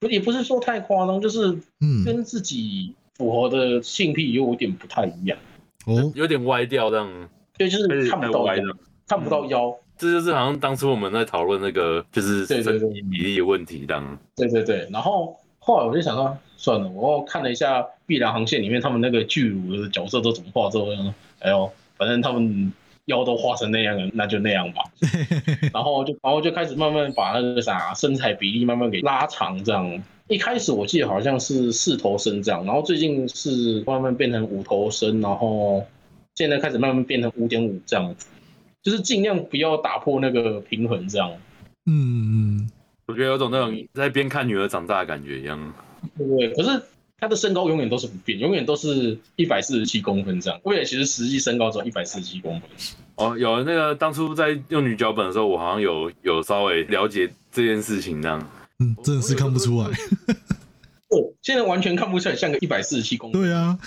[SPEAKER 3] 不也不是说太夸张，就是
[SPEAKER 1] 嗯，
[SPEAKER 3] 跟自己符合的性癖又有点不太一样，
[SPEAKER 1] 哦，
[SPEAKER 2] 有点歪掉这样，
[SPEAKER 3] 对，就
[SPEAKER 2] 开
[SPEAKER 3] 是
[SPEAKER 2] 始
[SPEAKER 3] 嗯看
[SPEAKER 2] 太
[SPEAKER 3] 不到
[SPEAKER 2] 歪
[SPEAKER 3] 腰
[SPEAKER 2] 了。
[SPEAKER 3] 看不到腰，
[SPEAKER 2] 这就是好像当初我们在讨论那个就是
[SPEAKER 3] 对对
[SPEAKER 2] 身
[SPEAKER 3] 对
[SPEAKER 2] 体比例的问题，这样
[SPEAKER 3] 对对对，然后后来我就想说，算了，我看了一下《碧蓝航线》里面他们那个巨乳的角色都怎么画，之后我想说，哎呦，反正他们腰都画成那样了，那就那样吧。然后就然后就开始慢慢把那个啥身材比例慢慢给拉长，这样。一开始我记得好像是四头身这样，然后最近是慢慢变成五头身，然后现在开始慢慢变成五点五这样子，就是尽量不要打破那个平衡这样。
[SPEAKER 1] 嗯嗯，
[SPEAKER 2] 我觉得有种那种在边看女儿长大的感觉一样。
[SPEAKER 3] 对不对？可是他的身高永远都是不变，永远都是一百四十七公分这样。魏磊其实实际身高只有一百四十七公分，
[SPEAKER 2] 哦，有那个当初在用女脚本的时候，我好像有有稍微了解这件事情，这样
[SPEAKER 1] 嗯，真的是看不出来，
[SPEAKER 3] 对，哦现在完全看不出来像个一百四十七公分。
[SPEAKER 1] 对啊，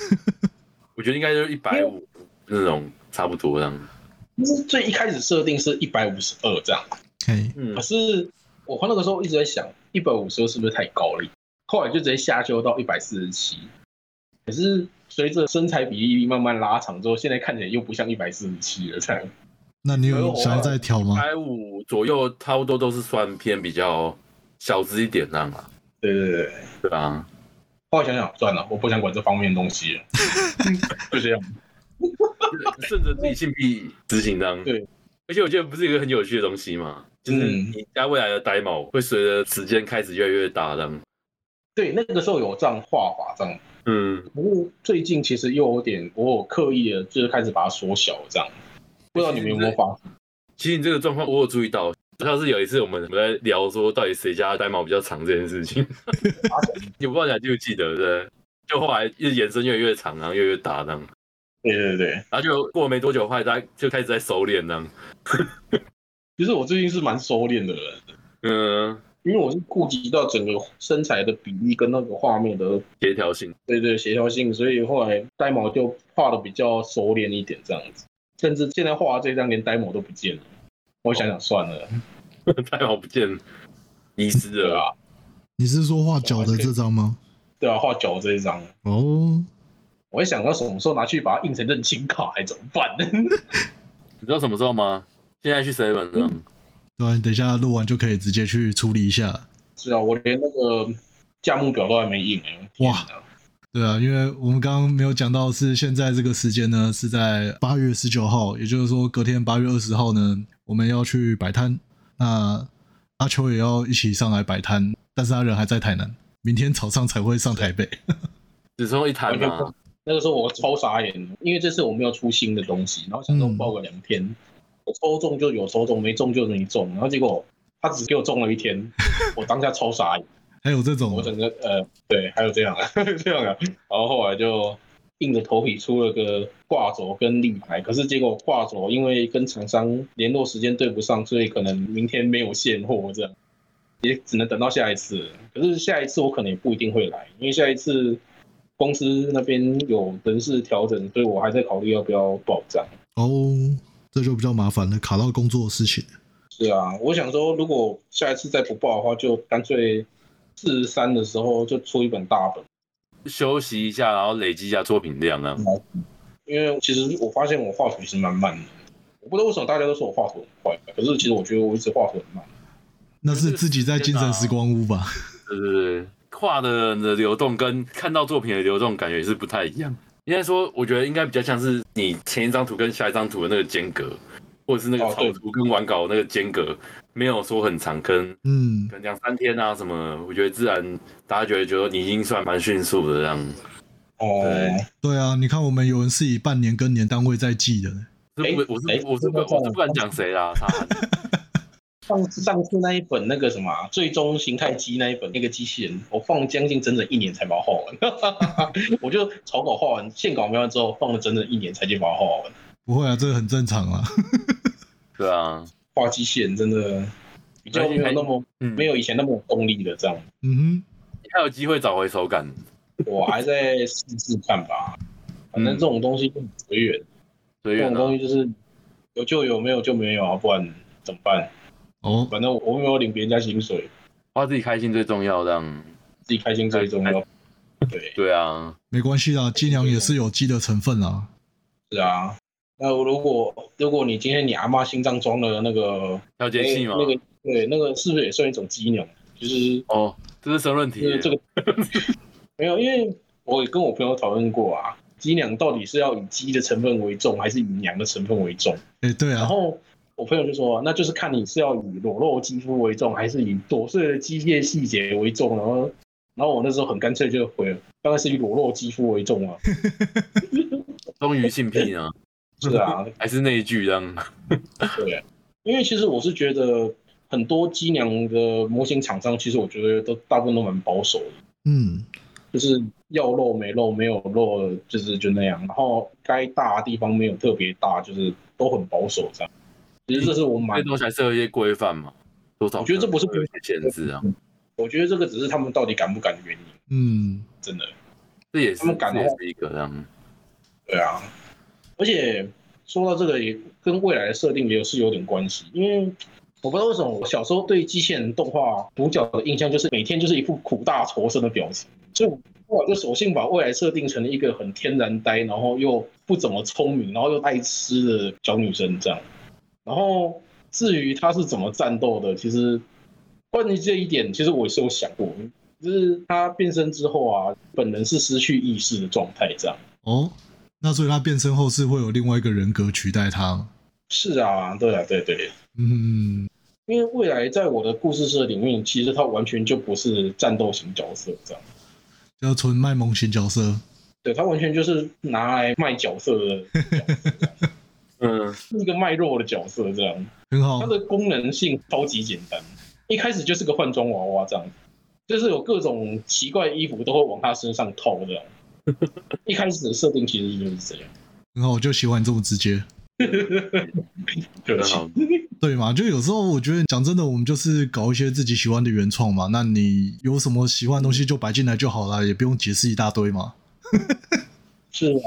[SPEAKER 2] 我觉得应该就是一百五那种差不多这样。
[SPEAKER 3] 就是最一开始设定是一百五十二这样，
[SPEAKER 1] 嘿，
[SPEAKER 2] 嗯
[SPEAKER 3] 可，是我那个时候一直在想，一百五十二是不是太高了？后来就直接下修到一百四十七，可是随着身材比例慢慢拉长之后，现在看起来又不像一百四十七了这样。
[SPEAKER 1] 那你有想要再调
[SPEAKER 2] 一
[SPEAKER 1] 吗？
[SPEAKER 2] 百五左右差不多都是算偏比较小资一点那样啊，
[SPEAKER 3] 对对对。
[SPEAKER 2] 对 啊。
[SPEAKER 3] 后来想想，算了，我不想管这方面的东西了， 就这样。
[SPEAKER 2] 顺着自己性癖执行当。
[SPEAKER 3] 对，
[SPEAKER 2] 而且我觉得不是一个很有趣的东西嘛，就是
[SPEAKER 3] 嗯
[SPEAKER 2] 你家未来的呆毛会随着时间开始越来越大的。
[SPEAKER 3] 对，那个时候有这样画法这样，
[SPEAKER 2] 嗯，
[SPEAKER 3] 不过最近其实又有点，我有刻意的，就是开始把它缩小这样。不知道你们有没有发现？
[SPEAKER 2] 其实你这个状况我有注意到，像是有一次我们我们在聊说到底谁家呆毛比较长这件事 情，你不知道你还记不记得？对，就后来一直延伸越来越长，然后越来越大这样，
[SPEAKER 3] 对对对，
[SPEAKER 2] 然后就过了没多久，后来大家就开始在收敛这样。
[SPEAKER 3] 其实我最近是蛮收敛的人，
[SPEAKER 2] 嗯，
[SPEAKER 3] 因为我是顾及到整个身材的比例跟那个画面的
[SPEAKER 2] 协调性，
[SPEAKER 3] 对对协调性，所以后来呆毛就画的比较收敛一点这样子，甚至现在画这张连呆毛都不见了。我想想算了，
[SPEAKER 2] 呆毛不见了，遗失
[SPEAKER 3] 对
[SPEAKER 2] 了。
[SPEAKER 3] 啊，
[SPEAKER 1] 你是说画脚的这张吗？
[SPEAKER 3] 对啊，画脚这一张，
[SPEAKER 1] 哦，
[SPEAKER 3] 我在想到什么时候拿去把它印成认亲卡，还怎么办？
[SPEAKER 2] 你知道什么时候吗？现在去 seven 这样。
[SPEAKER 3] 嗯
[SPEAKER 1] 对啊，你等一下录完就可以直接去处理一下。
[SPEAKER 3] 是啊，我连那个价目表都还没印哎、
[SPEAKER 1] 哇对啊，因为我们刚刚没有讲到是现在这个时间呢，是在八月十九号，也就是说隔天八月二十号呢，我们要去摆摊。那阿秋也要一起上来摆摊，但是他人还在台南，明天早上才会上台北。
[SPEAKER 2] 只剩一摊 嘛，
[SPEAKER 3] 那个时候我超傻眼，因为这次我没有出新的东西，然后想说
[SPEAKER 1] 嗯
[SPEAKER 3] 报个两天，我抽中就有抽中，没中就没中，然后结果他只给我中了 一天，我当下超傻眼，
[SPEAKER 1] 还有这种
[SPEAKER 3] 我整个呃对，还有这样啊 这样啊，然后后来就硬着头皮出了个挂轴跟立牌，可是结果挂轴因为跟厂商联络时间对不上，所以可能明天没有现货这样。也只能等到下一次了。可是下一次我可能也不一定会来，因为下一次公司那边有人事调整，所以我还在考虑要不要报账。
[SPEAKER 1] 哦，这就比较麻烦了，卡到工作的事情。
[SPEAKER 3] 是啊，我想说，如果下一次再不报的话，就干脆四十三的时候就出一本大本。
[SPEAKER 2] 休息一下，然后累积一下作品量啊。
[SPEAKER 3] 因为其实我发现我画图其实蛮慢的，我不知道为什么大家都说我画图很快，可是其实我觉得我一直画图很慢。
[SPEAKER 1] 那是自己在精神时光屋吧？
[SPEAKER 2] 对对对，画的人的流动跟看到作品的流动感觉是不太一样。应该说，我觉得应该比较像是你前一张图跟下一张图的那个间隔，或者是那个
[SPEAKER 3] 哦
[SPEAKER 2] 草
[SPEAKER 3] 对
[SPEAKER 2] 图跟完稿的那个间隔，没有说很长，跟
[SPEAKER 1] 嗯
[SPEAKER 2] 可，能两三天啊什么，我觉得自然大家觉得觉得你已经算蛮迅速的这样。
[SPEAKER 3] 哦、
[SPEAKER 2] 对
[SPEAKER 1] 对啊，你看我们有人是以半年跟年单位在记的呢。
[SPEAKER 2] 是不我
[SPEAKER 3] 哎
[SPEAKER 2] 是我是不
[SPEAKER 3] 哎
[SPEAKER 2] 我是不敢讲谁 啦，他
[SPEAKER 3] 上次上次那一本那个什么啊最终形态机那一本那个机器人，我放了将近整整一年才把它画完， 我就草稿画完，线稿没完之后放了整整一年才去把它画完。
[SPEAKER 1] 不会啊，这个很正常啊。
[SPEAKER 2] 对啊，
[SPEAKER 3] 画机器人真的比较没有那么
[SPEAKER 2] 嗯，
[SPEAKER 3] 没有以前那么有动力的这样，
[SPEAKER 1] 嗯
[SPEAKER 2] 还有机会找回手感。
[SPEAKER 3] 我还在试试看吧。反正这种东西就很随缘，
[SPEAKER 2] 随
[SPEAKER 3] 这
[SPEAKER 2] 缘
[SPEAKER 3] 种
[SPEAKER 2] 啊
[SPEAKER 3] 东，西就是有就有，没有就没有啊，不然怎么办？
[SPEAKER 1] 哼，哦，
[SPEAKER 3] 反正我我没有领别人家薪水，
[SPEAKER 2] 花自己开心最重要。这样，
[SPEAKER 3] 自己开心最重要。对。
[SPEAKER 2] 对啊，
[SPEAKER 1] 没关系啦，鸡娘也是有鸡的成分啦。
[SPEAKER 3] 是啊，那如果如果你今天你阿妈心脏装了那个
[SPEAKER 2] 调节器嘛。
[SPEAKER 3] 哎那个对那个是不是也算一种机能？就是
[SPEAKER 2] 哦，这是申论题
[SPEAKER 3] 就。是这个没有，因为我也跟我朋友讨论过啊，鸡娘到底是要以鸡的成分为重，还是以娘的成分为重？
[SPEAKER 1] 哎、对
[SPEAKER 3] 然
[SPEAKER 1] 啊，
[SPEAKER 3] 后我朋友就说，那就是看你是要以裸露肌肤为重，还是以琐碎的机械细节为重。然后，然后我那时候很干脆就回了，当然是以裸露肌肤为重啊。
[SPEAKER 2] 忠于性癖啊，
[SPEAKER 3] 是啊，
[SPEAKER 2] 还是那一句这样。
[SPEAKER 3] 对，因为其实我是觉得很多机娘的模型厂商，其实我觉得都大部分都蛮保守的，
[SPEAKER 1] 嗯，
[SPEAKER 3] 就是要肉没肉，没有肉就是就那样，然后该大的地方没有特别大，就是都很保守这样。其实这是我
[SPEAKER 2] 这
[SPEAKER 3] 蛮，
[SPEAKER 2] 东西还是有一些规范嘛，多少？
[SPEAKER 3] 我觉得这不是
[SPEAKER 2] 有一些限制啊，
[SPEAKER 3] 我觉得这个只是他们到底敢不敢的原因，
[SPEAKER 1] 嗯，
[SPEAKER 3] 真的。
[SPEAKER 2] 这也是
[SPEAKER 3] 他们敢
[SPEAKER 2] 这
[SPEAKER 3] 的
[SPEAKER 2] 也
[SPEAKER 3] 话
[SPEAKER 2] 是一个这样。
[SPEAKER 3] 对啊，而且说到这个，也跟未来的设定也是有点关系，因为我不知道为什么我小时候对机器人动画主角的印象就是每天就是一副苦大仇深的表情，所以我后来就索性把未来设定成了一个很天然呆，然后又不怎么聪明，然后又爱吃的小女生这样。然后至于她是怎么战斗的，其实关于这一点，其实我也是有想过，就是她变身之后啊，本人是失去意识的状态这样。
[SPEAKER 1] 哦，那所以他变身后是会有另外一个人格取代他吗。
[SPEAKER 3] 是啊，对啊，对对，
[SPEAKER 1] 嗯，
[SPEAKER 3] 因为未来在我的故事设里面，其实他完全就不是战斗型角色这样，
[SPEAKER 1] 叫纯卖萌型角色。
[SPEAKER 3] 对他完全就是拿来卖角色的，
[SPEAKER 2] 嗯，
[SPEAKER 3] 是一个卖肉的角色这样。
[SPEAKER 1] 很好
[SPEAKER 3] 它。的功能性超级简单，一开始就是个换装娃娃这样子，就是有各种奇怪衣服都会往他身上套这样。一开始的设定其实就是这样，
[SPEAKER 1] 然后我就喜欢你这么直接，
[SPEAKER 3] 对
[SPEAKER 2] 很好，
[SPEAKER 1] 对嘛？就有时候我觉得讲真的，我们就是搞一些自己喜欢的原创嘛。那你有什么喜欢的东西就摆进来就好了，也不用解释一大堆嘛。
[SPEAKER 3] 是啊。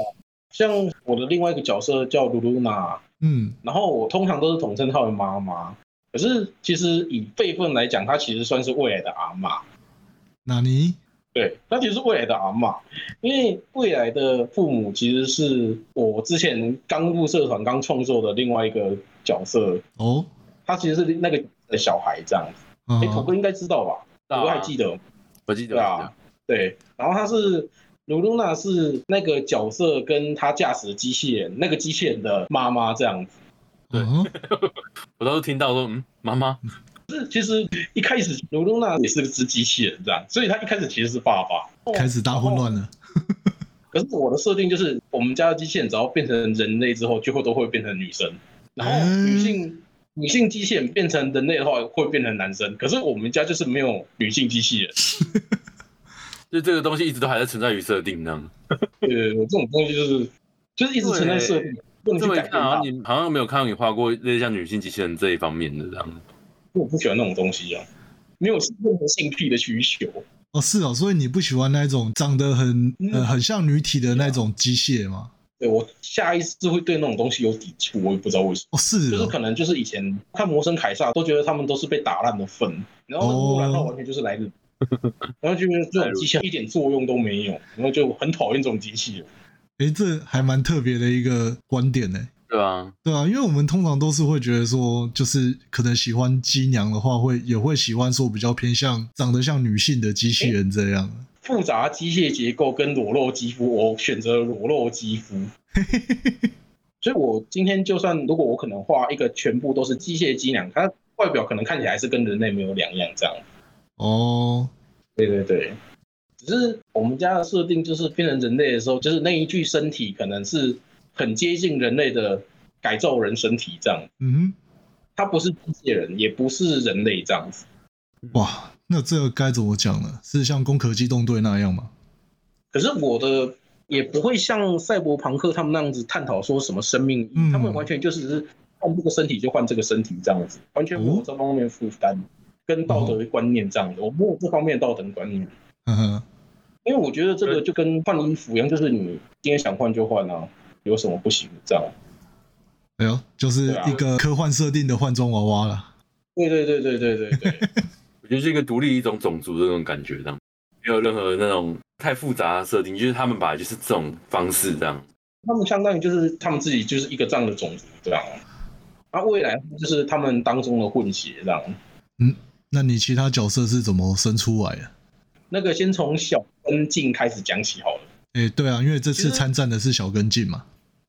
[SPEAKER 3] 像我的另外一个角色叫露露娜，
[SPEAKER 1] 嗯，
[SPEAKER 3] 然后我通常都是统称她为妈妈，可是其实以辈分来讲，她其实算是未来的阿嬷。
[SPEAKER 1] 纳尼？
[SPEAKER 3] 对，那其实是未来的阿嬷，因为未来的父母其实是我之前刚入社团刚创作的另外一个角色，
[SPEAKER 1] 哦，
[SPEAKER 3] 他其实是那个的小孩这样子。
[SPEAKER 1] 啊
[SPEAKER 3] 哎、，土哥应该知道啊吧？土哥还记得吗？
[SPEAKER 2] 啊我记得，
[SPEAKER 3] 对啊，对。然后他是卢露娜是那个角色跟他驾驶的机器人，那个机器人的妈妈这样子。
[SPEAKER 2] 对
[SPEAKER 1] 啊
[SPEAKER 2] 我当时听到说，嗯，妈妈，
[SPEAKER 3] 就是其实一开始卢露娜也是只机器人这样，所以他一开始其实是爸爸。
[SPEAKER 1] 开始大混乱了。
[SPEAKER 3] 哦可是我的设定就是，我们家的机器人只要变成人类之后，就会都会变成女生。然后
[SPEAKER 1] 嗯
[SPEAKER 3] 女性、女性机器人变成人类的话，会变成男生。可是我们家就是没有女性机器人，
[SPEAKER 2] 就这个东西一直都还在存在于设定这样。
[SPEAKER 3] 对对呃对，这种东西就是就是一直存在设定，不能
[SPEAKER 2] 这
[SPEAKER 3] 去
[SPEAKER 2] 么一
[SPEAKER 3] 改变
[SPEAKER 2] 看，好像。
[SPEAKER 3] 它
[SPEAKER 2] 啊你好像没有看到你画过类似像女性机器人这一方面的这样。
[SPEAKER 3] 我不喜欢那种东西啊，没有任何性癖的需求。
[SPEAKER 1] 哦，是哦，所以你不喜欢那种长得很呃
[SPEAKER 3] 嗯
[SPEAKER 1] 很像女体的那种机械吗？
[SPEAKER 3] 对我下意识会对那种东西有抵触，我也不知道为什
[SPEAKER 1] 哦，
[SPEAKER 3] 么。
[SPEAKER 1] 是
[SPEAKER 3] 就是
[SPEAKER 1] 哦，
[SPEAKER 3] 可能就是以前看《魔神凯撒》都觉得他们都是被打烂的份，然后
[SPEAKER 1] 哦
[SPEAKER 3] 木兰号完全就是来日本，然后就觉得这种机器人一点作用都没有，然后就很讨厌这种机器人。
[SPEAKER 1] 哎，这还蛮特别的一个观点呢。
[SPEAKER 2] 对啊，
[SPEAKER 1] 对啊，因为我们通常都是会觉得说，就是可能喜欢机娘的话会，也会喜欢说比较偏向长得像女性的机器人这样。
[SPEAKER 3] 复杂机械结构跟裸露肌肤，我选择裸露肌 肤。所以我今天就算如果我可能画一个全部都是机械机娘，它外表可能看起来还是跟人类没有两样这样。
[SPEAKER 1] 哦，
[SPEAKER 3] 对对对，只是我们家的设定就是变成人类的时候，就是那一具身体可能是很接近人类的改造人身体这样，
[SPEAKER 1] 嗯
[SPEAKER 3] 它不是机械人，也不是人类这样子。嗯
[SPEAKER 1] 哼，哇，那这个该怎么讲呢？是像《攻壳机动队》那样吗？
[SPEAKER 3] 可是我的也不会像赛博朋克他们那样子探讨说什么生命意义，
[SPEAKER 1] 嗯
[SPEAKER 3] 他们完全就只是换这个身体就换这个身体这样子，完全没有这方面负担跟道德观念这样子，我没有这方面的道德观念。
[SPEAKER 1] 呵呵，
[SPEAKER 3] 因为我觉得这个就跟换衣服一样，就是你今天想换就换啊，有什么不行这样？
[SPEAKER 1] 哎呦，就是
[SPEAKER 3] 对啊
[SPEAKER 1] 一个科幻设定的换装娃娃了。
[SPEAKER 3] 对对对对对对对，
[SPEAKER 2] 我觉得是一个独立一种种族的那种感觉这样，没有任何那种太复杂的设定，就是他们本来就是这种方式这样。
[SPEAKER 3] 他们相当于就是他们自己就是一个这样的种族这样，啊，未来就是他们当中的混血这样。
[SPEAKER 1] 那你其他角色是怎么生出来的？
[SPEAKER 3] 那个先从小跟静开始讲起好了。
[SPEAKER 1] 哎，对啊，因为这次
[SPEAKER 3] 其实
[SPEAKER 1] 参战的是小跟进嘛。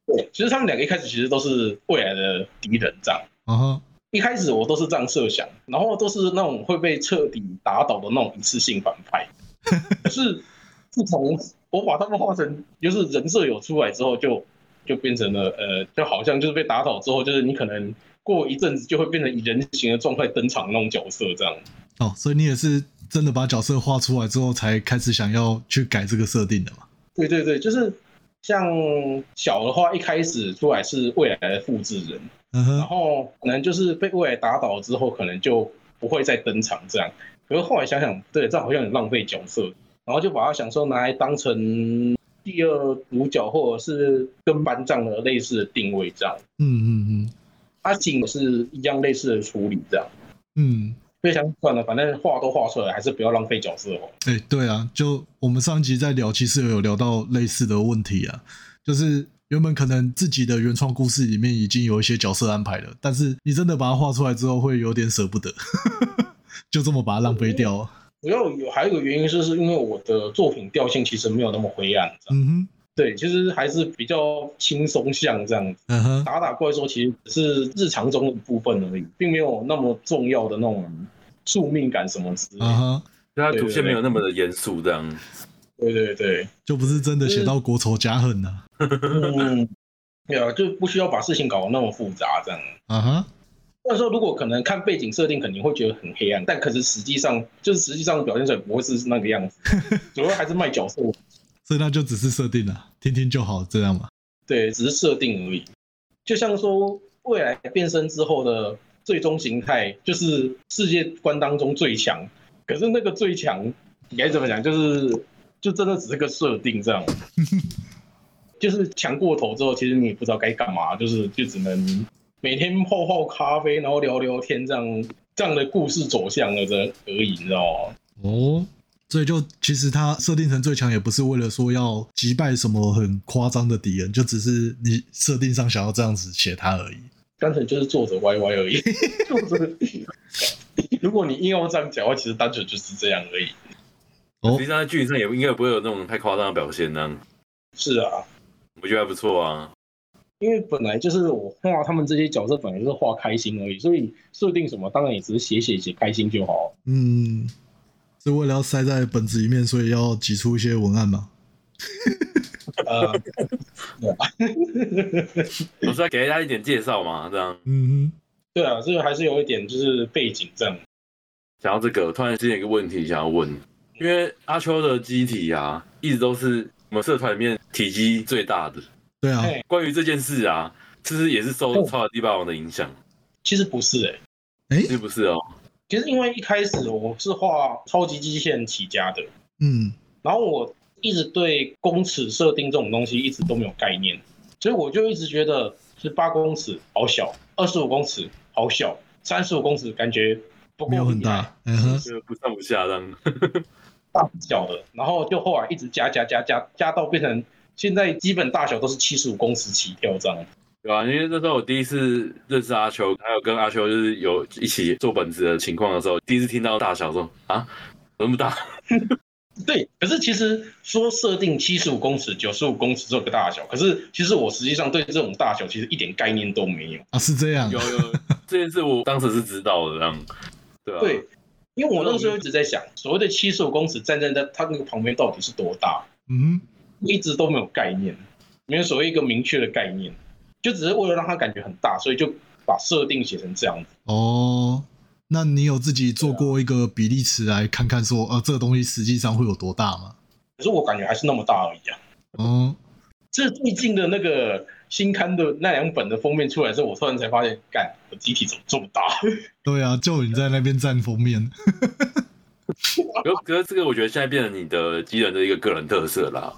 [SPEAKER 3] 对，其实他们两个一开始其实都是未来的敌人这样。
[SPEAKER 1] 啊哈，
[SPEAKER 3] 一开始我都是这样设想，然后都是那种会被彻底打倒的那种一次性反派。可是自从我把他们画成就是人设有出来之后就，就变成了呃，就好像就是被打倒之后，就是你可能过一阵子就会变成以人形的状态登场那种角色这样。
[SPEAKER 1] 哦，所以你也是真的把角色画出来之后，才开始想要去改这个设定的嘛？
[SPEAKER 3] 对对对，就是像小的话，一开始出来是未来的复制人，
[SPEAKER 1] 嗯
[SPEAKER 3] 然
[SPEAKER 1] 哼，
[SPEAKER 3] 后可能就是被未来打倒之后，可能就不会再登场这样。可是后来想想，对，这样好像很浪费角色，然后就把它想说拿来当成第二主角或者是跟班长的类似的定位这样。
[SPEAKER 1] 嗯嗯
[SPEAKER 3] 阿景也是一样类似的处理这样。
[SPEAKER 1] 嗯
[SPEAKER 3] 所以想算了，反正画都画出来，还是不要浪费角色哦。
[SPEAKER 1] 嗯，哎，对啊，就我们上一集在聊，其实有聊到类似的问题啊，就是原本可能自己的原创故事里面已经有一些角色安排了，但是你真的把它画出来之后，会有点舍不得， 就这么把它浪费掉啊。
[SPEAKER 3] 主要有还有一个原因，就是因为我的作品调性其实没有那么灰暗，这样
[SPEAKER 1] 嗯哼，
[SPEAKER 3] 对，其实还是比较轻松向这样子。
[SPEAKER 1] 嗯哼，
[SPEAKER 3] 打打怪兽其实只是日常中的一部分而已，并没有那么重要的那种宿命感什么之类的。
[SPEAKER 1] 啊哈，
[SPEAKER 2] 就它
[SPEAKER 3] 对
[SPEAKER 2] 主
[SPEAKER 3] 对
[SPEAKER 2] 线没
[SPEAKER 3] 对
[SPEAKER 2] 有那么的严肃这样。
[SPEAKER 3] 对对对，
[SPEAKER 1] 就不是真的写到国仇家恨呐、
[SPEAKER 3] 嗯，对啊，就不需要把事情搞得那么复杂这样。
[SPEAKER 1] 啊，啊哈，
[SPEAKER 3] 或者说，如果可能看背景设定，肯定会觉得很黑暗，但可是实际上就是实际上表现出来不会是那个样子， 主要还是卖角色，
[SPEAKER 1] 所以那就只是设定了，听听就好，这样嘛。
[SPEAKER 3] 对，只是设定而已。就像说未来变身之后的最终形态，就是世界观当中最强，可是那个最强你该怎么讲，就是就真的只是个设定这样。就是强过头之后，其实你也不知道该干嘛，就是就只能每天泡泡咖啡，然后聊聊天，这样这样的故事走向了这而已，你知道吗？
[SPEAKER 1] 哦，所以就其实它设定成最强，也不是为了说要击败什么很夸张的敌人，就只是你设定上想要这样子写它而已。
[SPEAKER 3] 单纯就是作者 YY 而已，作者。 如果你硬要这样讲的话，其实单纯就是这样而已。
[SPEAKER 1] 哦
[SPEAKER 2] 实际上在剧情上也应该不会有那种太夸张的表现呢、
[SPEAKER 3] 是啊，
[SPEAKER 2] 我觉得还不错啊。
[SPEAKER 3] 因为本来就是我画他们这些角色，本来就是画开心而已，所以设定什么当然也只是写写写开心就好。
[SPEAKER 1] 嗯，是为了要塞在本子里面，所以要挤出一些文案嘛。
[SPEAKER 3] 呃，
[SPEAKER 2] 我是要给他一点介绍嘛，这样。
[SPEAKER 1] 嗯
[SPEAKER 3] 对啊，这个还是有一点就是背景这样。
[SPEAKER 2] 讲到这个，我突然间有一个问题想要问，因为阿秋的机体啊，一直都是我们社团里面体积最大的。
[SPEAKER 1] 哼，对啊，
[SPEAKER 3] 哎
[SPEAKER 2] 关于这件事啊，是不是也是受《超级地霸王》的影响？
[SPEAKER 3] 其实不是哎、
[SPEAKER 1] 哎、
[SPEAKER 2] 是不是哦？
[SPEAKER 3] 其实因为一开始我是画超级机器人起家的，
[SPEAKER 1] 嗯，
[SPEAKER 3] 然后我一直对公尺设定这种东西一直都没有概念，所以我就一直觉得十八公尺好小，二十五公尺好小，三十五公尺感觉不够
[SPEAKER 1] 没有很
[SPEAKER 3] 厉害
[SPEAKER 1] 大，嗯哼，
[SPEAKER 2] 就不上不下这样。
[SPEAKER 3] 大小的，然后就后来一直加加加加加到变成现在基本大小都是七十五公尺起跳这样。
[SPEAKER 2] 对啊，因为那时候我第一次认识阿秋，还有跟阿秋就是有一起做本子的情况的时候，第一次听到大小说啊，有那么大，
[SPEAKER 3] 对，可是其实说设定七十五公尺、九十五公尺这个大小，可是其实我实际上对这种大小其实一点概念都没有。
[SPEAKER 1] 啊是这样
[SPEAKER 2] 有，有这件事我当时是知道的，这样对啊，
[SPEAKER 3] 对，因为我那个时候一直在想，所谓的七十五公尺站在在它那个旁边到底是多大，
[SPEAKER 1] 嗯
[SPEAKER 3] 一直都没有概念，没有所谓一个明确的概念，就只是为了让它感觉很大，所以就把设定写成这样子。
[SPEAKER 1] 哼，哦，那你有自己做过一个比例尺来看看说，呃，这个东西实际上会有多大吗？
[SPEAKER 3] 可是我感觉还是那么大而已啊。
[SPEAKER 1] 哦，
[SPEAKER 3] 这最近的那个新刊的那两本的封面出来之后，我突然才发现，干，我机体怎么这么大？
[SPEAKER 1] 对啊，就你在那边占封面，
[SPEAKER 2] 可可是这个我觉得现在变成你的基人的一个个人特色啦。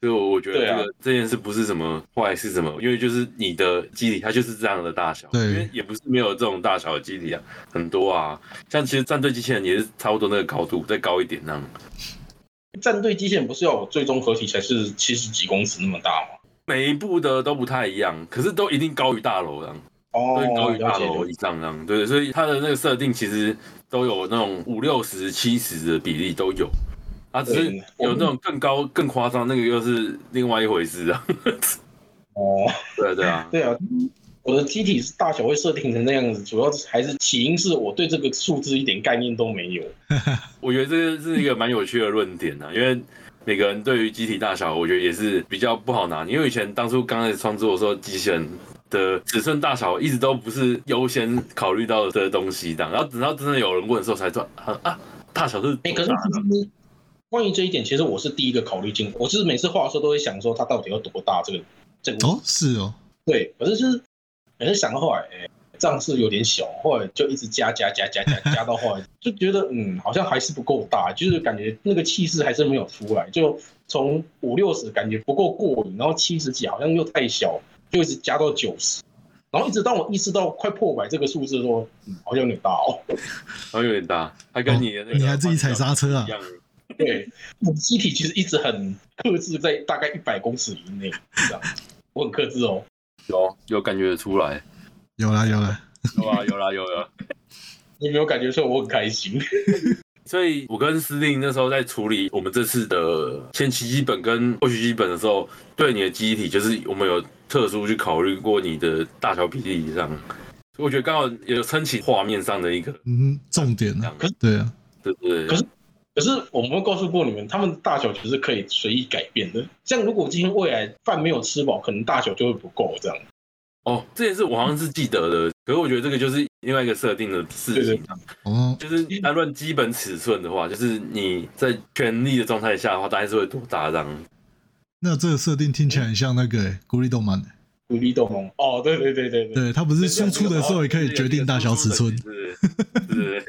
[SPEAKER 2] 所以我觉得这
[SPEAKER 3] 对啊
[SPEAKER 2] 个、这件事不是什么坏事，什么，因为就是你的机体它就是这样的大小，
[SPEAKER 1] 对
[SPEAKER 2] 因为也不是没有这种大小的机体啊，很多啊，像其实战队机器人也是差不多那个高度，再高一点那样。
[SPEAKER 3] 战队机器人不是要我最终合体才是七十几公尺那么大吗？
[SPEAKER 2] 每一步的都不太一样，可是都一定高于大楼这样，
[SPEAKER 3] 哦
[SPEAKER 2] 都一定高于
[SPEAKER 3] 了
[SPEAKER 2] 大
[SPEAKER 3] 解了
[SPEAKER 2] 楼
[SPEAKER 3] 解
[SPEAKER 2] 以上这样，对，所以它的那个设定其实都有那种五六十、七十的比例都有，啊，只是
[SPEAKER 3] 对
[SPEAKER 2] 有那种更高、更夸张，那个又是另外一回事啊。
[SPEAKER 3] 哦，
[SPEAKER 2] 对啊对啊，
[SPEAKER 3] 对啊，我的机体大小会设定成那样子，主要还是起因是我对这个数字一点概念都没有。
[SPEAKER 2] 我觉得这个是一个蛮有趣的论点啊，因为每个人对于机体大小，我觉得也是比较不好拿。因为以前当初刚开始创作的时候，机器人的尺寸大小一直都不是优先考虑到的东西，这样。然后等到真的有人问的时候，才说啊啊，大小是
[SPEAKER 3] 哎、可是其实关于这一点，其实我是第一个考虑进，我就是每次画的时候都会想说它到底要多大这个这个
[SPEAKER 1] 哦，是哦，
[SPEAKER 3] 对，可是就是每次想到后来，哎、这样是有点小，后来就一直加加加加加加到后来，就觉得嗯，好像还是不够大，就是感觉那个气势还是没有出来，就从五六十感觉不够过瘾，然后七十几好像又太小，就一直加到九十。然后一直当我意识到快破百这个数字的时候，嗯，好像有点大哦。
[SPEAKER 2] 好像有点大，它跟你的那个、
[SPEAKER 1] 哦你还自己踩刹车啊
[SPEAKER 2] 一？样。
[SPEAKER 3] 对，我机体其实一直很克制在大概一百公尺以内，这样我很克制哦。
[SPEAKER 2] 有有感觉得出来，
[SPEAKER 1] 有啦有啦，
[SPEAKER 2] 有啊有啦有啦。
[SPEAKER 3] 你有没有感觉说我很开心？
[SPEAKER 2] 所以我跟司令那时候在处理我们这次的前期基本跟后期基本的时候，对你的机体就是我们有特殊去考虑过你的大小比例以上，所以我觉得刚好有撑起画面上的一个，
[SPEAKER 1] 嗯哼，重点呢、
[SPEAKER 2] 可是
[SPEAKER 1] 对啊，
[SPEAKER 2] 对不对？
[SPEAKER 3] 可是可是我们会告诉过你们，他们的大小其实可以随意改变的。像如果今天未来饭没有吃饱，可能大小就会不够这样。
[SPEAKER 2] 哦，这件事我好像是记得的，可是我觉得这个就是另外一个设定的事
[SPEAKER 3] 对
[SPEAKER 2] 情
[SPEAKER 3] 对，
[SPEAKER 1] 哦，
[SPEAKER 2] 就是单论基本尺寸的话，就是你在全力的状态下的话，大概是会多大张？
[SPEAKER 1] 那这个设定听起来很像那个欸孤立动漫欸，
[SPEAKER 3] 独立斗盟。哦，对对对对对，
[SPEAKER 1] 对，它不是输出的时候也可以决定大小尺寸。
[SPEAKER 2] 是是，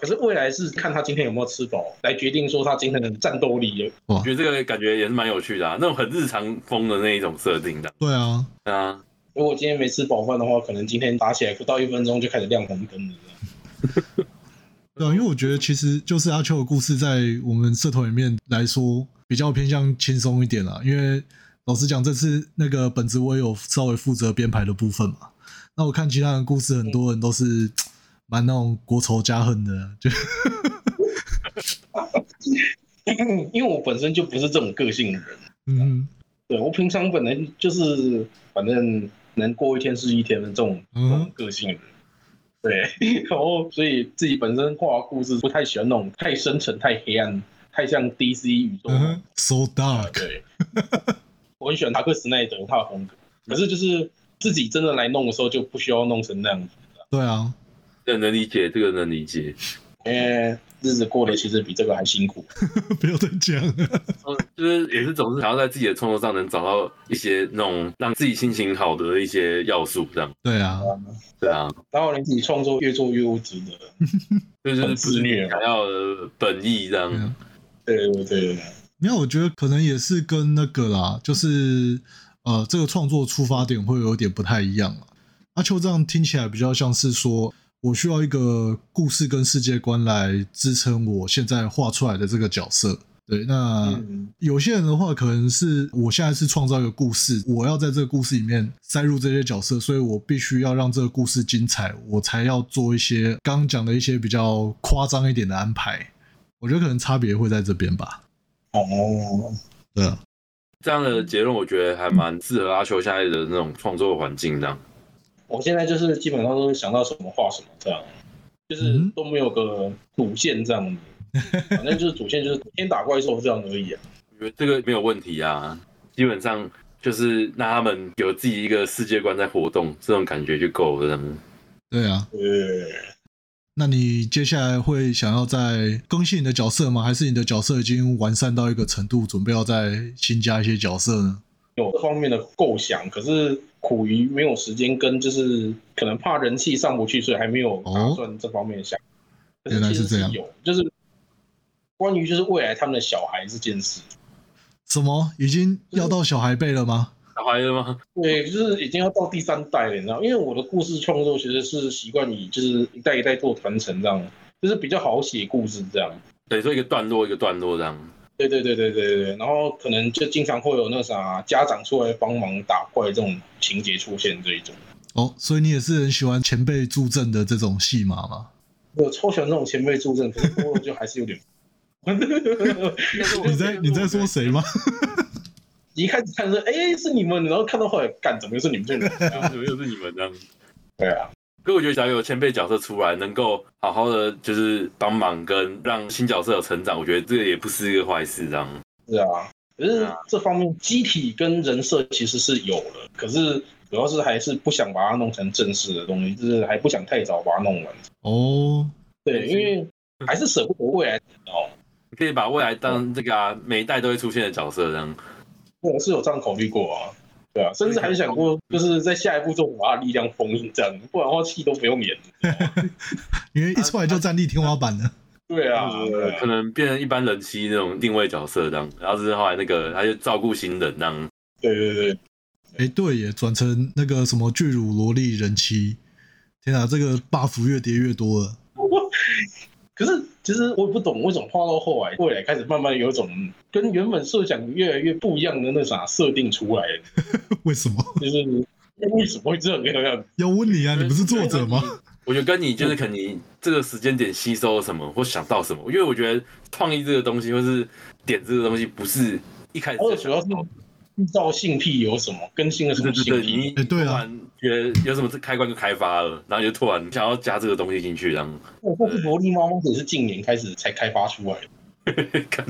[SPEAKER 3] 可是未来是看他今天有没有吃饱，来决定说他今天的战斗力了。
[SPEAKER 2] 我觉得这个感觉也是蛮有趣的啊，那种很日常风的那一种设定的
[SPEAKER 1] 对啊，
[SPEAKER 2] 啊，
[SPEAKER 3] 如果今天没吃饱饭的话，可能今天打起来不到一分钟就开始亮红灯了。
[SPEAKER 1] 对啊，因为我觉得其实就是阿秋的故事，在我们社团里面来说比较偏向轻松一点啦。因为老实讲，这次那个本子我也有稍微负责编排的部分嘛。那我看其他人故事，很多人都是蛮那种国仇家恨的，就
[SPEAKER 3] 因为我本身就不是这种个性的人，
[SPEAKER 1] 嗯
[SPEAKER 3] 对我平常本来就是反正能过一天是一天的这种这种
[SPEAKER 1] 嗯，
[SPEAKER 3] 个性的人。对， 然后所以自己本身画故事不太喜欢那种太深沉、太黑暗、太像 DC 宇宙
[SPEAKER 1] 嗯哼，so
[SPEAKER 3] 啊，
[SPEAKER 1] dark，
[SPEAKER 3] 对，我很喜欢达克·斯奈德他的风格，可是就是自己真的来弄的时候就不需要弄成那样子，
[SPEAKER 1] 对啊，
[SPEAKER 2] 这个能理解，这个能理解。
[SPEAKER 3] 因为日子过得其实比这个还辛苦。
[SPEAKER 1] 不要再讲了，
[SPEAKER 2] 嗯就是也是总是想要在自己的创作上能找到一些那种让自己心情好的一些要素，这样
[SPEAKER 1] 对啊，
[SPEAKER 2] 对啊，
[SPEAKER 3] 然后你自己创作越做越无值得，
[SPEAKER 2] 这就是
[SPEAKER 3] 很
[SPEAKER 2] 不
[SPEAKER 3] 自
[SPEAKER 2] 是你
[SPEAKER 3] 虐啊嗯
[SPEAKER 2] 想要的本意这样
[SPEAKER 1] 对。啊。
[SPEAKER 3] 对对对，
[SPEAKER 1] 没有，我觉得可能也是跟那个啦，就是呃，这个创作出发点会有点不太一样啦。阿秋这样听起来比较像是说，我需要一个故事跟世界观来支撑我现在画出来的这个角色。对，那、
[SPEAKER 3] 嗯，
[SPEAKER 1] 有些人的话，可能是我现在是创造一个故事，我要在这个故事里面塞入这些角色，所以我必须要让这个故事精彩，我才要做一些刚刚讲的一些比较夸张一点的安排。我觉得可能差别会在这边吧。
[SPEAKER 3] 哦，
[SPEAKER 1] 对啊，
[SPEAKER 2] 这样的结论，我觉得还蛮适合阿秋现在的那种创作环境这样。
[SPEAKER 3] 我现在就是基本上都是想到什么画什么这样，就是
[SPEAKER 1] 嗯
[SPEAKER 3] 都没有个主线这样子， 反正就是主线就是天打怪兽这样而已啊。
[SPEAKER 2] 我觉得这个没有问题啊，基本上就是让他们有自己一个世界观在活动，这种感觉就够了。这样
[SPEAKER 1] 对啊。
[SPEAKER 3] 对，
[SPEAKER 1] 那你接下来会想要再更新你的角色吗？还是你的角色已经完善到一个程度，准备要再新加一些角色呢？
[SPEAKER 3] 有这方面的构想，可是苦于没有时间跟，就是可能怕人气上不去，所以还没有打算这方面想。可
[SPEAKER 1] 哦原来
[SPEAKER 3] 其
[SPEAKER 1] 是
[SPEAKER 3] 实
[SPEAKER 1] 这样
[SPEAKER 3] 有，就是关于就是未来他们的小孩这件事，
[SPEAKER 1] 什么？已经要到小孩辈了吗？
[SPEAKER 2] 打牌了吗？
[SPEAKER 3] 对，就是已经要到第三代了，你知道？因为我的故事创作其实是习惯以就是一代一代做传承这样，就是比较好写故事这样。
[SPEAKER 2] 等于说一个段落一个段落这样。
[SPEAKER 3] 对对对对对对，然后可能就经常会有那啥家长出来帮忙打怪这种情节出现这一种。
[SPEAKER 1] 哦，所以你也是很喜欢前辈助阵的这种戏码吗？
[SPEAKER 3] 我超喜欢这种前辈助阵，可是多了就还是有点。
[SPEAKER 1] 你在你在说谁吗？
[SPEAKER 3] 一开始看是哎、是你们，然后看到后来干怎么又是你们这种人、
[SPEAKER 2] 怎么又是你们这样？
[SPEAKER 3] 对啊，
[SPEAKER 2] 可我觉得小有前辈角色出来，能够好好的就是帮忙跟让新角色有成长，我觉得这也不是一个坏事。这样，
[SPEAKER 3] 是啊。可
[SPEAKER 2] 对
[SPEAKER 3] 是
[SPEAKER 2] 啊
[SPEAKER 3] 这方面机体跟人设其实是有了，可是主要是还是不想把它弄成正式的东西，就是还不想太早把它弄完。
[SPEAKER 1] 哦，
[SPEAKER 3] 对，嗯因为还是舍不得未来哦。
[SPEAKER 2] 你可以把未来当这个、啊、每一代都会出现的角色这样。
[SPEAKER 3] 我是有这样考虑过啊，对啊，甚至还想过就是在下一步中把它力量封印这样，不然的话戏都不用演。
[SPEAKER 1] 因为一出来就站立天花板了。
[SPEAKER 3] 对啊，对啊
[SPEAKER 2] 可能变成一般人妻那种定位角色这样，然后是后来那个他就照顾新人这样，
[SPEAKER 3] 对对对，
[SPEAKER 1] 哎，对耶，转成那个什么巨乳萝莉人妻。天啊，这个 buff 越叠越多了。
[SPEAKER 3] 可是其实我也不懂为什么画到后来，未来开始慢慢有一种跟原本设想越来越不一样的那啥设定出来，
[SPEAKER 1] 为什么？
[SPEAKER 3] 就是 为什么会这个样子？
[SPEAKER 1] 要问你啊，你不是作者吗？
[SPEAKER 2] 我觉得跟你就是可能你这个时间点吸收了什么或想到什么，因为我觉得创意这个东西或是点子这个东西不是一开始
[SPEAKER 3] 还
[SPEAKER 2] 就
[SPEAKER 3] 有主
[SPEAKER 2] 想
[SPEAKER 3] 要
[SPEAKER 2] 到
[SPEAKER 3] 是制造性癖有什么，更新了什
[SPEAKER 2] 对
[SPEAKER 3] 么
[SPEAKER 2] 哦对
[SPEAKER 3] 性
[SPEAKER 2] 对，
[SPEAKER 3] 癖？
[SPEAKER 2] 你
[SPEAKER 1] 哎对啊
[SPEAKER 2] 突然觉得有什么开关就开发了，然后你就突然想要加这个东西进去，然后
[SPEAKER 3] 我或是萝莉猫猫也是近年开始才开发出来的。
[SPEAKER 2] 看，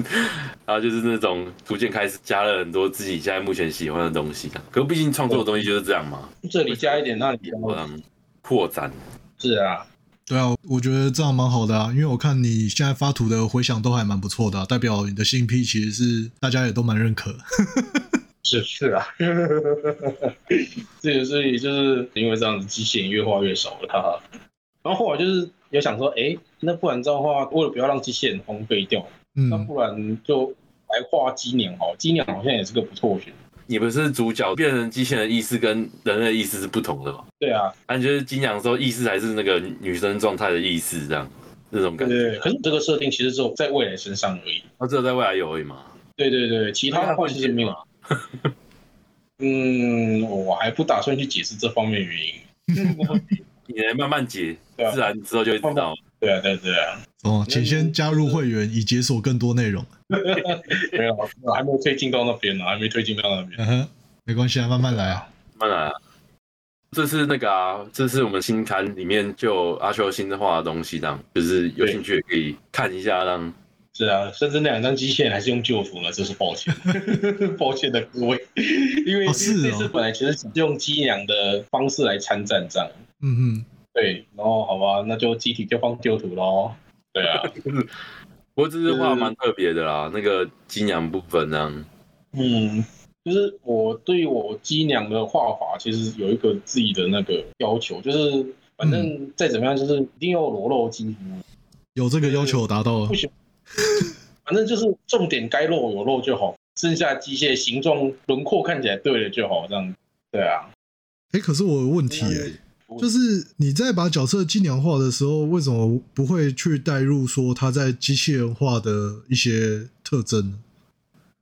[SPEAKER 2] 然后就是那种逐渐开始加了很多自己现在目前喜欢的东西。可是毕竟创作的东西就是这样嘛，
[SPEAKER 3] 这里加一点，那里加一
[SPEAKER 2] 我
[SPEAKER 3] 点，
[SPEAKER 2] 嗯扩展。
[SPEAKER 3] 是啊，
[SPEAKER 1] 对啊，我觉得这样蛮好的啊，因为我看你现在发图的回响都还蛮不错的啊、代表你的新批其实是大家也都蛮认可。
[SPEAKER 3] 是是啊， 这个所以就是因为这样子，机器人越画越少了它。然后后来就是有想说，哎，那不然这样的话，为了不要让机器人荒废掉，那
[SPEAKER 1] 嗯，
[SPEAKER 3] 不然就来画鸡鸟好了，鸡鸟好像也是个不错的选择。
[SPEAKER 2] 你不是主角变成机器人的意识跟人类的意识是不同的嘛？
[SPEAKER 3] 对啊，
[SPEAKER 2] 啊，你就是金阳的时候意识还是那个女生状态的意识这样，那种
[SPEAKER 3] 对
[SPEAKER 2] 感觉。
[SPEAKER 3] 可是这个设定其实只有在未来身上而已。
[SPEAKER 2] 他只有在未来有而已嘛。
[SPEAKER 3] 对对对，其他的话其实没有。 嗯，我还不打算去解释这方面的原因。
[SPEAKER 2] 你来慢慢解，
[SPEAKER 3] 对啊
[SPEAKER 2] 自然之后就会知道。
[SPEAKER 3] 对啊，对啊对啊，
[SPEAKER 1] 哦，请先加入会员以解锁更多内容。
[SPEAKER 3] 没有，我还没有推进到那边呢，还没推进到那边。
[SPEAKER 1] 嗯哼，没关系啊，慢慢来啊。
[SPEAKER 2] 慢来、啊。这是那个啊，这是我们新刊里面就有阿修新画的东西，这样就是有兴趣也可以看一下，让
[SPEAKER 3] 是啊，甚至那两张机器人还是用旧服呢，这是抱歉， 抱歉的各位，因为
[SPEAKER 1] 哦是哦
[SPEAKER 3] 这次本来其实只是用机娘的方式来参战这样。
[SPEAKER 1] 嗯
[SPEAKER 3] 对，然后好吧，那就集体就放旧图喽。对啊，
[SPEAKER 2] 不过这是画蛮特别的啦，那个金阳部分这样。
[SPEAKER 3] 嗯，就是我对我机娘的画法，其实有一个自己的那个要求，就是反正再怎么样，就是一定要有裸露肌肤，
[SPEAKER 1] 哼，有这个要求达到了
[SPEAKER 3] 不。行，反正就是重点该露有露就好，剩下机械形状轮廓看起来对了就好，这样。对啊，
[SPEAKER 1] 哎、可是我有问题哎、就是你在把角色精良化的时候，为什么不会去带入说他在机器人化的一些特征呢？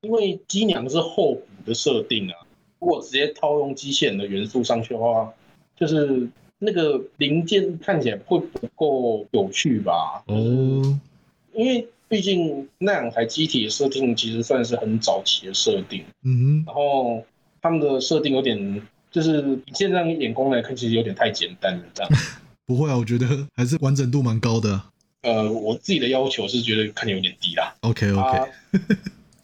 [SPEAKER 3] 因为机娘是后补的设定啊，如果直接套用机械人的元素上去的话，就是那个零件看起来会不够有趣吧？
[SPEAKER 1] 哦，
[SPEAKER 3] 因为毕竟那两台机体的设定其实算是很早期的设定，
[SPEAKER 1] 嗯哼，
[SPEAKER 3] 然后他们的设定有点。就是以现在眼光来看，其实有点太简单了，这样。
[SPEAKER 1] 不会啊，我觉得还是完整度蛮高的啊。
[SPEAKER 3] 呃，我自己的要求是觉得看起来有点低啦。
[SPEAKER 1] OK
[SPEAKER 3] 啊
[SPEAKER 1] OK，、，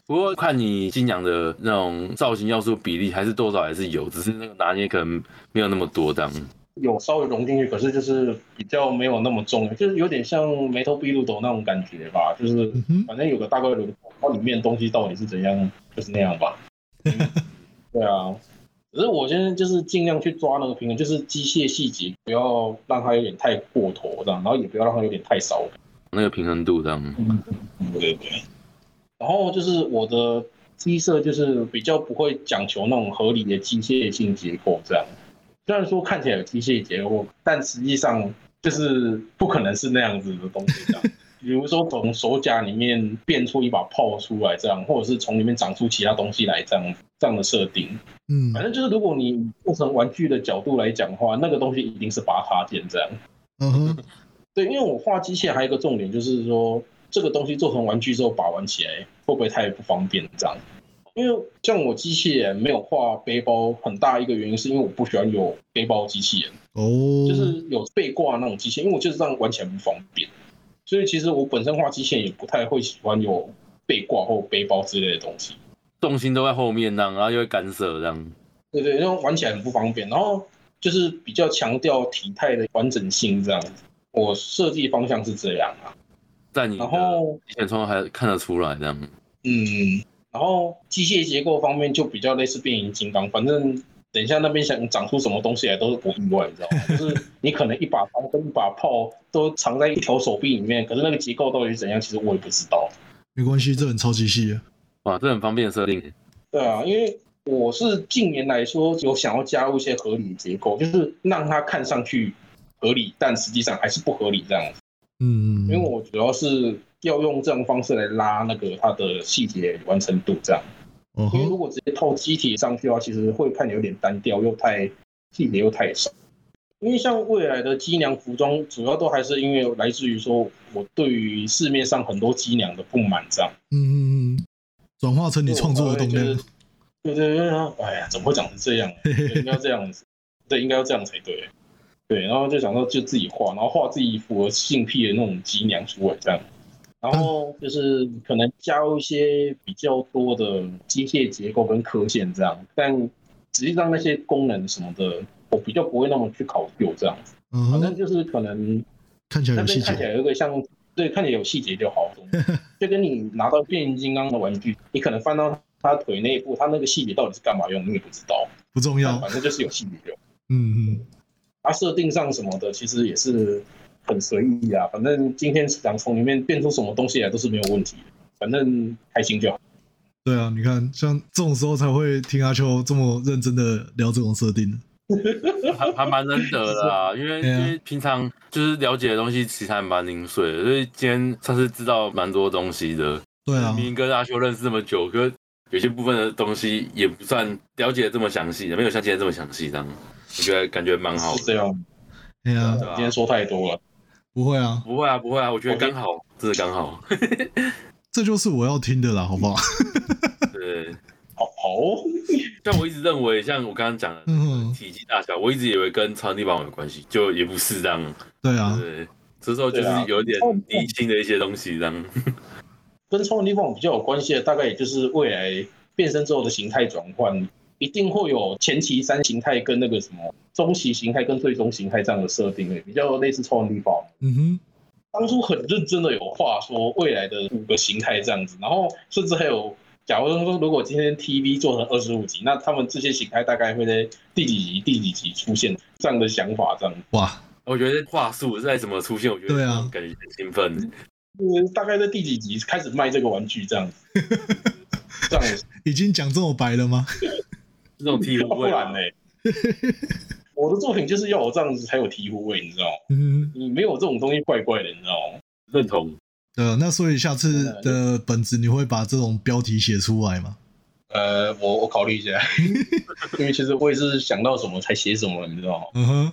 [SPEAKER 2] 不过看你金阳的那种造型要素比例，还是多少还是有，只是那个拿捏可能没有那么多这样。
[SPEAKER 3] 有稍微融进去，可是就是比较没有那么重，就是有点像眉头毕露斗那种感觉吧，就是
[SPEAKER 1] 嗯哼，
[SPEAKER 3] 反正有个大概轮廓，然后里面的东西到底是怎样，就是那 样吧。嗯对啊，只是我现在就是尽量去抓那个平衡，就是机械细节不要让它有点太过头这样，然后也不要让它有点太少。
[SPEAKER 2] 那个平衡度这样，
[SPEAKER 3] 对对对。然后就是我的机设就是比较不会讲求那种合理的机械性结构这样，虽然说看起来有机械结构，但实际上就是不可能是那样子的东西这样。比如说从手甲里面变出一把炮出来这样，或者是从里面长出其他东西来这样这样的设定，
[SPEAKER 1] 嗯
[SPEAKER 3] 反正就是如果你做成玩具的角度来讲的话，那个东西一定是八叉剑这样。
[SPEAKER 1] 嗯 哼，
[SPEAKER 3] 对，因为我画机械还有一个重点就是说，这个东西做成玩具之后把玩起来会不会太不方便这样？因为像我机器人没有画背包，很大一个原因是因为我不喜欢有背包机器人，
[SPEAKER 1] 哦，
[SPEAKER 3] 就是有背挂那种机器人，因为我就是这样玩起来不方便。所以其实我本身画机器人也不太会喜欢有背挂或背包之类的东西。
[SPEAKER 2] 重心都在后面那样，然后又会干涉这样。
[SPEAKER 3] 对对，那种玩起来很不方便。然后就是比较强调体态的完整性这样子，我设计方向是这样啊。
[SPEAKER 2] 在你
[SPEAKER 3] 然
[SPEAKER 2] 的
[SPEAKER 3] 后
[SPEAKER 2] 以前窗还看得出来这样。
[SPEAKER 3] 嗯，然后机械结构方面就比较类似变形金刚，反正等一下那边想长出什么东西来都是不意外，你知道吗？就是你可能一把刀跟一把炮都藏在一条手臂里面，可是那个结构到底是怎样，其实我也不知道。
[SPEAKER 1] 没关系，这很超级细啊。
[SPEAKER 2] 哇，这很方便的设定。
[SPEAKER 3] 对啊，因为我是近年来说有想要加入一些合理的结构，就是让它看上去合理，但实际上还是不合理这样子。
[SPEAKER 1] 嗯，
[SPEAKER 3] 因为我主要是要用这种方式来拉那个它的细节完成度这样。
[SPEAKER 1] 哦
[SPEAKER 3] 因为如
[SPEAKER 1] 吼，
[SPEAKER 3] 果直接套机体上去的话，其实会看有点单调，又太细节又太少。因为像未来的机娘服装，主要都还是因为来自于说我对于市面上很多机娘的不满，这样。
[SPEAKER 1] 嗯嗯嗯，转化成你创作的动
[SPEAKER 3] 我呃
[SPEAKER 1] 量
[SPEAKER 3] 会。对对对，然后哎呀，怎么会长成这样？对应该要这样子，对，应该要这样才对。对，然后就想到就自己画，然后画自己符合性癖的那种机娘出来这样。然后
[SPEAKER 1] 嗯
[SPEAKER 3] 就是可能加入一些比较多的机械结构跟科线这样，但实际上那些功能什么的，我比较不会那么去考究这样子。
[SPEAKER 1] 嗯
[SPEAKER 3] 反正
[SPEAKER 1] 哼，
[SPEAKER 3] 就是可能
[SPEAKER 1] 看起来嗯
[SPEAKER 3] 那
[SPEAKER 1] 有
[SPEAKER 3] 边
[SPEAKER 1] 细
[SPEAKER 3] 看起
[SPEAKER 1] 节，
[SPEAKER 3] 来有一个像，对，看起来有细节就好。 就跟你拿到变形金刚的玩具，你可能翻到他腿内部，他那个细节到底是干嘛用，你也不知道。
[SPEAKER 1] 不重
[SPEAKER 3] 但
[SPEAKER 1] 要。
[SPEAKER 3] 反正就是有细节用。
[SPEAKER 1] 嗯嗯，
[SPEAKER 3] 它设定上什么的，其实也是很随意啊。反正今天想从里面变出什么东西来都是没有问题的，反正开心就好。
[SPEAKER 1] 对啊，你看，像这种时候才会听阿秋这么认真的聊这种设定。
[SPEAKER 2] 还还蛮难得的啦，因为
[SPEAKER 1] 对啊
[SPEAKER 2] 因为平常就是了解的东西其实还蛮零碎的，所以今天算是知道蛮多东西的。
[SPEAKER 1] 对啊，
[SPEAKER 2] 明明跟阿修认识这么久，可有些部分的东西也不算了解得这么详细，没有像今天这么详细，这样我觉得感觉蛮好的。
[SPEAKER 3] 是这样，
[SPEAKER 1] 哎呀、
[SPEAKER 2] 对啊
[SPEAKER 3] 今天说太多了。
[SPEAKER 1] 不会啊，
[SPEAKER 2] 不会啊，不会啊，我觉得刚好，真的刚好。
[SPEAKER 1] 这就是我要听的啦，好不好？
[SPEAKER 2] 对，
[SPEAKER 3] 好好哦，
[SPEAKER 2] 但我一直认为，像我刚刚讲的
[SPEAKER 1] 嗯，
[SPEAKER 2] 体积大小，我一直以为跟超能力榜有关系，就也不是这样。
[SPEAKER 1] 对啊，
[SPEAKER 2] 对，这时候就是
[SPEAKER 3] 对啊
[SPEAKER 2] 有
[SPEAKER 1] 哦
[SPEAKER 2] 点理性的一些东西，这样。
[SPEAKER 3] 跟超能力棒比较有关系的，大概也就是未来变身之后的形态转换，一定会有前期三形态跟那个什么中期形态跟最终形态这样的设定，比较类似超能力棒。
[SPEAKER 1] 嗯哼，
[SPEAKER 3] 当初很认真的有话说未来的五个形态这样子，然后甚至还有，假如说如果今天 TV 做成二十五集，那他们这些形态大概会在第几集、第几集出现这样的想法，这样子，
[SPEAKER 1] 哇，
[SPEAKER 2] 我觉得话术再怎么出现，我觉得
[SPEAKER 1] 对啊
[SPEAKER 2] 感觉很兴奋。
[SPEAKER 3] 嗯，大概在第几集开始卖这个玩具这样子，这样子，
[SPEAKER 1] 已经讲这么白了吗？
[SPEAKER 2] 这种醍醐
[SPEAKER 3] 不
[SPEAKER 2] 味
[SPEAKER 3] 然
[SPEAKER 2] 啊
[SPEAKER 3] 呢，？我的作品就是要有这样子才有醍醐味，你知道吗？
[SPEAKER 1] 嗯哼，
[SPEAKER 3] 你没有这种东西怪怪的，你知道吗？
[SPEAKER 2] 认同。
[SPEAKER 1] 对啊，那所以下次的本子你会把这种标题写出来吗？
[SPEAKER 3] 呃，我我考虑一 下，因为其实我也是想到什么才写什么，你知道吗？
[SPEAKER 1] 嗯哼，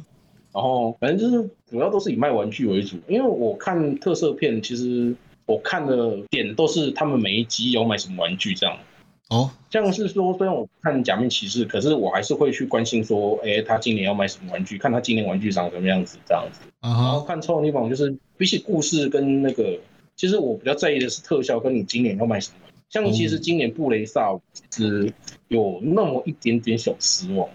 [SPEAKER 3] 然后反正就是主要都是以卖玩具为主，因为我看特色片，其实我看的点都是他们每一集有买什么玩具这样。
[SPEAKER 1] 哦，
[SPEAKER 3] 像是说，虽然我看《假面骑士》，可是我还是会去关心说，哎，他今年要买什么玩具，看他今年玩具长什么样子这样子。
[SPEAKER 1] 啊
[SPEAKER 3] 然后
[SPEAKER 1] 哈，
[SPEAKER 3] 看《超能力榜》，就是比起故事跟那个，其实我比较在意的是特效跟你今年要卖什么玩具。像其实今年布雷萨，我其实有那么一点点小失望，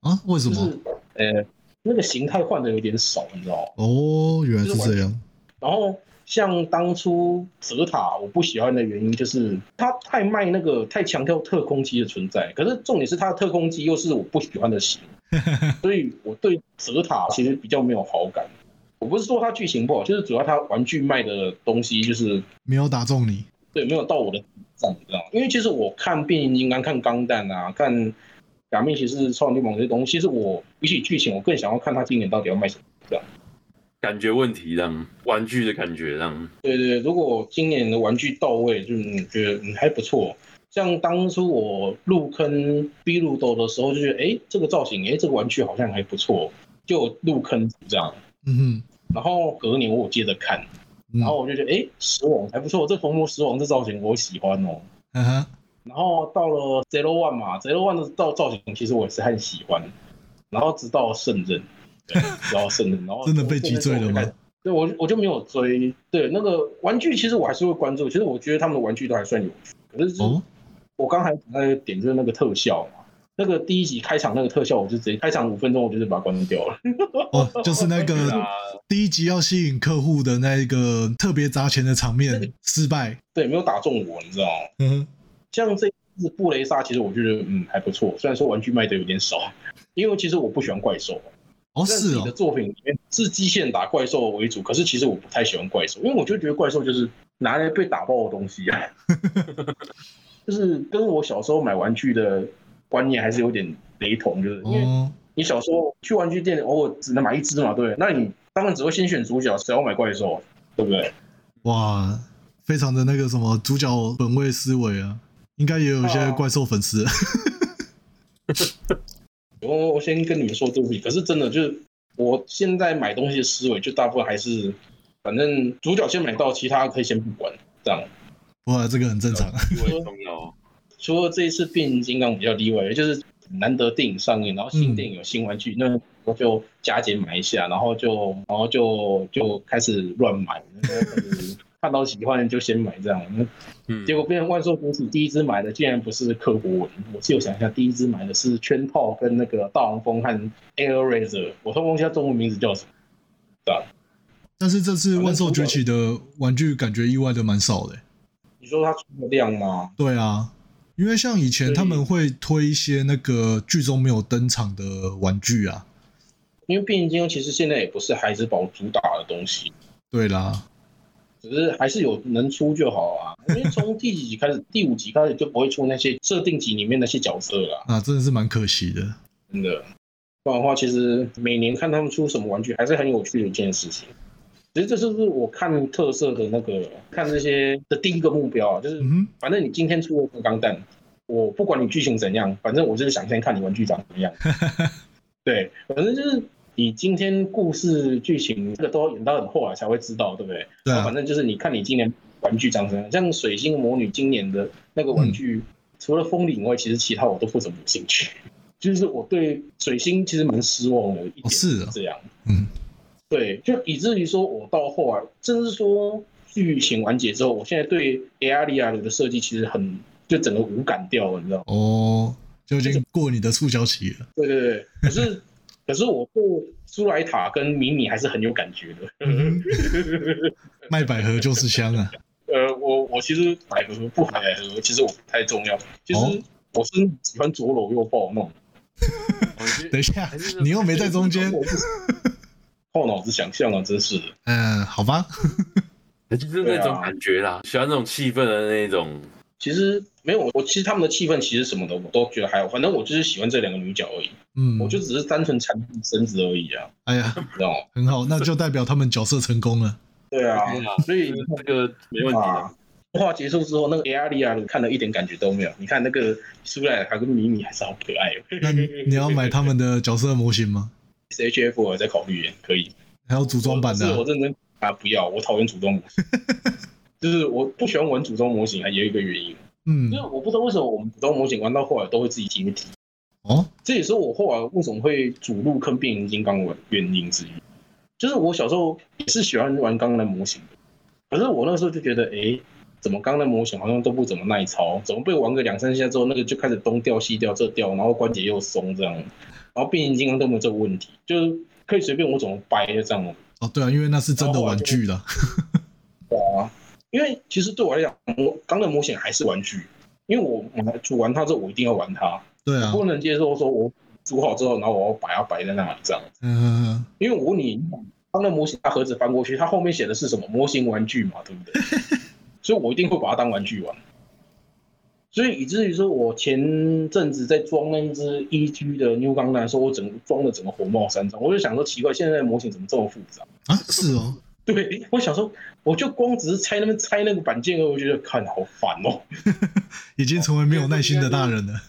[SPEAKER 1] 啊，为什
[SPEAKER 3] 就
[SPEAKER 1] 么？
[SPEAKER 3] 是呃那个形态换的有点少，你知道吗？
[SPEAKER 1] 哦，原来是这样。
[SPEAKER 3] 然后像当初泽塔我不喜欢的原因就是它太卖那个太强调特工机的存在，可是重点是它的特工机又是我不喜欢的型，所以我对泽塔其实比较没有好感。我不是说它剧情不好，就是主要它玩具卖的东西就是
[SPEAKER 1] 没有打中你，
[SPEAKER 3] 对没有到我的上，你知道吗？因为其实我看变形金刚、看钢弹啊、看假面骑士、超能力猛这些东西，其实我比起剧情，我更想要看它今年到底要卖什么。
[SPEAKER 2] 感觉问题这样，玩具的感觉 这样。
[SPEAKER 3] 对对，如果今年的玩具到位，就你觉得嗯还不错。像当初我入坑 B 路斗的时候，就觉得哎这个造型，哎这个玩具好像还不错，就入坑这样。
[SPEAKER 1] 嗯
[SPEAKER 3] 然后隔年我有接着看，
[SPEAKER 1] 哼，
[SPEAKER 3] 然后我就觉得哎石王还不错，这红魔石王这造型我喜欢哦。
[SPEAKER 1] 嗯哼，
[SPEAKER 3] 然后到了 Zero One 嘛，Zero One 的造造型其实我也是很喜欢，然后直到圣刃，对，直到圣刃，然后
[SPEAKER 1] 真的被击坠了吗？
[SPEAKER 3] 对我就我就没有追，对那个玩具其实我还是会关注，其实我觉得他们的玩具都还算有趣，可是就是
[SPEAKER 1] 哦，
[SPEAKER 3] 我刚才讲那个点就是那个特效嘛。那个第一集开场那个特效，我就直接开场五分钟，我就是把它关掉了。
[SPEAKER 1] 哦，就是那
[SPEAKER 2] 对
[SPEAKER 1] 个
[SPEAKER 2] 啊，
[SPEAKER 1] 第一集要吸引客户的那一个特别砸钱的场面失败。
[SPEAKER 3] 对，没有打中我，你知道吗？
[SPEAKER 1] 嗯哼，
[SPEAKER 3] 像这次布雷莎，其实我觉得嗯还不错，虽然说玩具卖的有点少，因为其实我不喜欢怪兽，
[SPEAKER 1] 哦
[SPEAKER 3] 但自
[SPEAKER 1] 是
[SPEAKER 3] 己的
[SPEAKER 1] 哦，
[SPEAKER 3] 作品里面是机械打怪兽为主，可是其实我不太喜欢怪兽，因为我就觉得怪兽就是拿来被打爆的 东西啊，就是跟我小时候买玩具的观念还是有点雷同，就是因为
[SPEAKER 1] 哦，
[SPEAKER 3] 你小时候去玩具店偶尔只能买一只嘛，对不对，那你当然只会先选主角，谁要买怪兽啊，对不对？
[SPEAKER 1] 哇，非常的那个什么主角本位思维啊，应该也有一些怪兽粉丝。
[SPEAKER 3] 我我先跟你们说对不起，可是真的就是我现在买东西的思维，就大部分还是反正主角先买到，其他可以先不管这样。
[SPEAKER 1] 哇，这个很正常。
[SPEAKER 2] 地位重要。哦
[SPEAKER 3] 除了这一次变形金刚比较例外，就是难得电影上映，然后新电影有新玩具，那我就加减买一下，然后就然后就就开始乱买，然后开始哦看到喜欢的就先买这样。
[SPEAKER 2] 嗯，
[SPEAKER 3] 结果变成万寿国史第一只买的竟然不是科博文，我只有想一下，第一只买的是圈套跟那个大黄蜂和 Air Razor，我都忘记它中文名字叫什么。对啊
[SPEAKER 1] 但是这次万兽崛起的玩具感觉意外的蛮少的欸、
[SPEAKER 3] 你说它出的量吗？
[SPEAKER 1] 对啊，因为像以前
[SPEAKER 3] 对
[SPEAKER 1] 他们会推一些那个剧中没有登场的玩具啊，
[SPEAKER 3] 因为变形金刚其实现在也不是孩之宝主打的东西，
[SPEAKER 1] 对啦，
[SPEAKER 3] 只是还是有能出就好啊。因为从第几集开始，第五集开始就不会出那些设定集里面那些角色了，
[SPEAKER 1] 啊，真的是蛮可惜的。
[SPEAKER 3] 真的。不然的话，其实每年看他们出什么玩具，还是很有趣的一件事情。其实这就是我看特色的那个看这些的第一个目标啊，就是
[SPEAKER 1] 嗯
[SPEAKER 3] 反正你今天出了金刚弹，我不管你剧情怎样，反正我就是想先看你玩具长怎么样。对，反正就是你今天故事剧情这个都要演到很后来才会知道，对不对？
[SPEAKER 1] 哼，对啊
[SPEAKER 3] 反，正就是你看你今年玩具长什么样，像水星魔女今年的那个玩具，
[SPEAKER 1] 嗯
[SPEAKER 3] 除了风铃以外，其实其他我都不怎么有兴趣。就是我对水星其实蛮失望的，一点
[SPEAKER 1] 哦是啊
[SPEAKER 3] 这样。
[SPEAKER 1] 嗯，
[SPEAKER 3] 对，就以至于说我到后来，甚至说剧情完结之后，我现在对 A R 利亚的设计其实很就整个无感掉了，你知道吗？
[SPEAKER 1] 哦，就已经过你的触角期了。
[SPEAKER 3] 对对对，可是 可是我对苏莱塔跟迷你还是很有感觉的。
[SPEAKER 1] 嗯哼 卖百合就是香 啊，
[SPEAKER 3] 呃，我我其实百合不买百合，其实我不太重要，其
[SPEAKER 1] 哦
[SPEAKER 3] 实我是喜欢左搂右抱那种，
[SPEAKER 1] 等一下，你又没在中间，
[SPEAKER 3] 我不是靠脑子想象啊，真是的。
[SPEAKER 1] 嗯，好吧，
[SPEAKER 2] 就是那
[SPEAKER 3] 啊
[SPEAKER 2] 种感觉啦，喜欢那种气氛的那种。
[SPEAKER 3] 其实没有，我其实他们的气氛其实什么的我都觉得还好，反正我就是喜欢这两个女角而已，
[SPEAKER 1] 嗯，
[SPEAKER 3] 我就只是单纯缠住身子而已啊，
[SPEAKER 1] 哎呀，
[SPEAKER 3] 你知道吗？
[SPEAKER 1] 很好，那就代表他们角色成功 了。
[SPEAKER 3] 对啊， 所以你
[SPEAKER 2] 这个没问
[SPEAKER 3] 看
[SPEAKER 2] 题的。
[SPEAKER 3] 啊，动画结束之后，那个 A R 利亚看了一点感觉都没有。你看那个苏莱塔跟米米还是好可爱哦。
[SPEAKER 1] 那你要买他们的角色模型吗？
[SPEAKER 3] S H F 我还在考虑耶，可以。
[SPEAKER 1] 还有组装版的
[SPEAKER 3] 是
[SPEAKER 1] 啊
[SPEAKER 3] 我认真啊，不要，我讨厌组装模 型，就是我不喜欢玩组装模型，还啊有一个原因，
[SPEAKER 1] 嗯
[SPEAKER 3] 因为，我不知道为什么我们组装模型玩到后来都会自己解体，
[SPEAKER 1] 哦，
[SPEAKER 3] 这也是我后来为什么会主路坑变形金刚的原因之一。就是我小时候也是喜欢玩钢弹模型的，可是我那时候就觉得，诶，怎么钢弹模型好像都不怎么耐操，怎么被玩个两三下之后，那个就开始东掉西掉这掉，然后关节又松这样，然后变形金刚都没有这个问题，就是可以随便我怎么掰就这样
[SPEAKER 1] 哦，对啊，因为那是真的玩具
[SPEAKER 3] 哦
[SPEAKER 1] 啦。
[SPEAKER 3] 因为其实对我来讲，我钢弹模型还是玩具，因为我买组完它之后，我一定要玩它，
[SPEAKER 1] 对啊，
[SPEAKER 3] 不能接受说我组好之后，然后我要摆它摆在那里这样。
[SPEAKER 1] 嗯，
[SPEAKER 3] 因为我问你，钢弹模型它盒子翻过去，它后面写的是什么？模型玩具嘛，对不 对？所以我一定会把它当玩具玩。所以以至于说我前阵子在装那一只 E G 的 New 钢弹的时候，我整个装的整个火冒三丈，我就想说奇怪，现在的模型怎么这么复杂？
[SPEAKER 1] 啊，是哦，
[SPEAKER 3] 对，我想说，我就光只是拆那边拆那个板件而已，我觉得看好烦哦。
[SPEAKER 1] 已经成为没有耐心的大人了。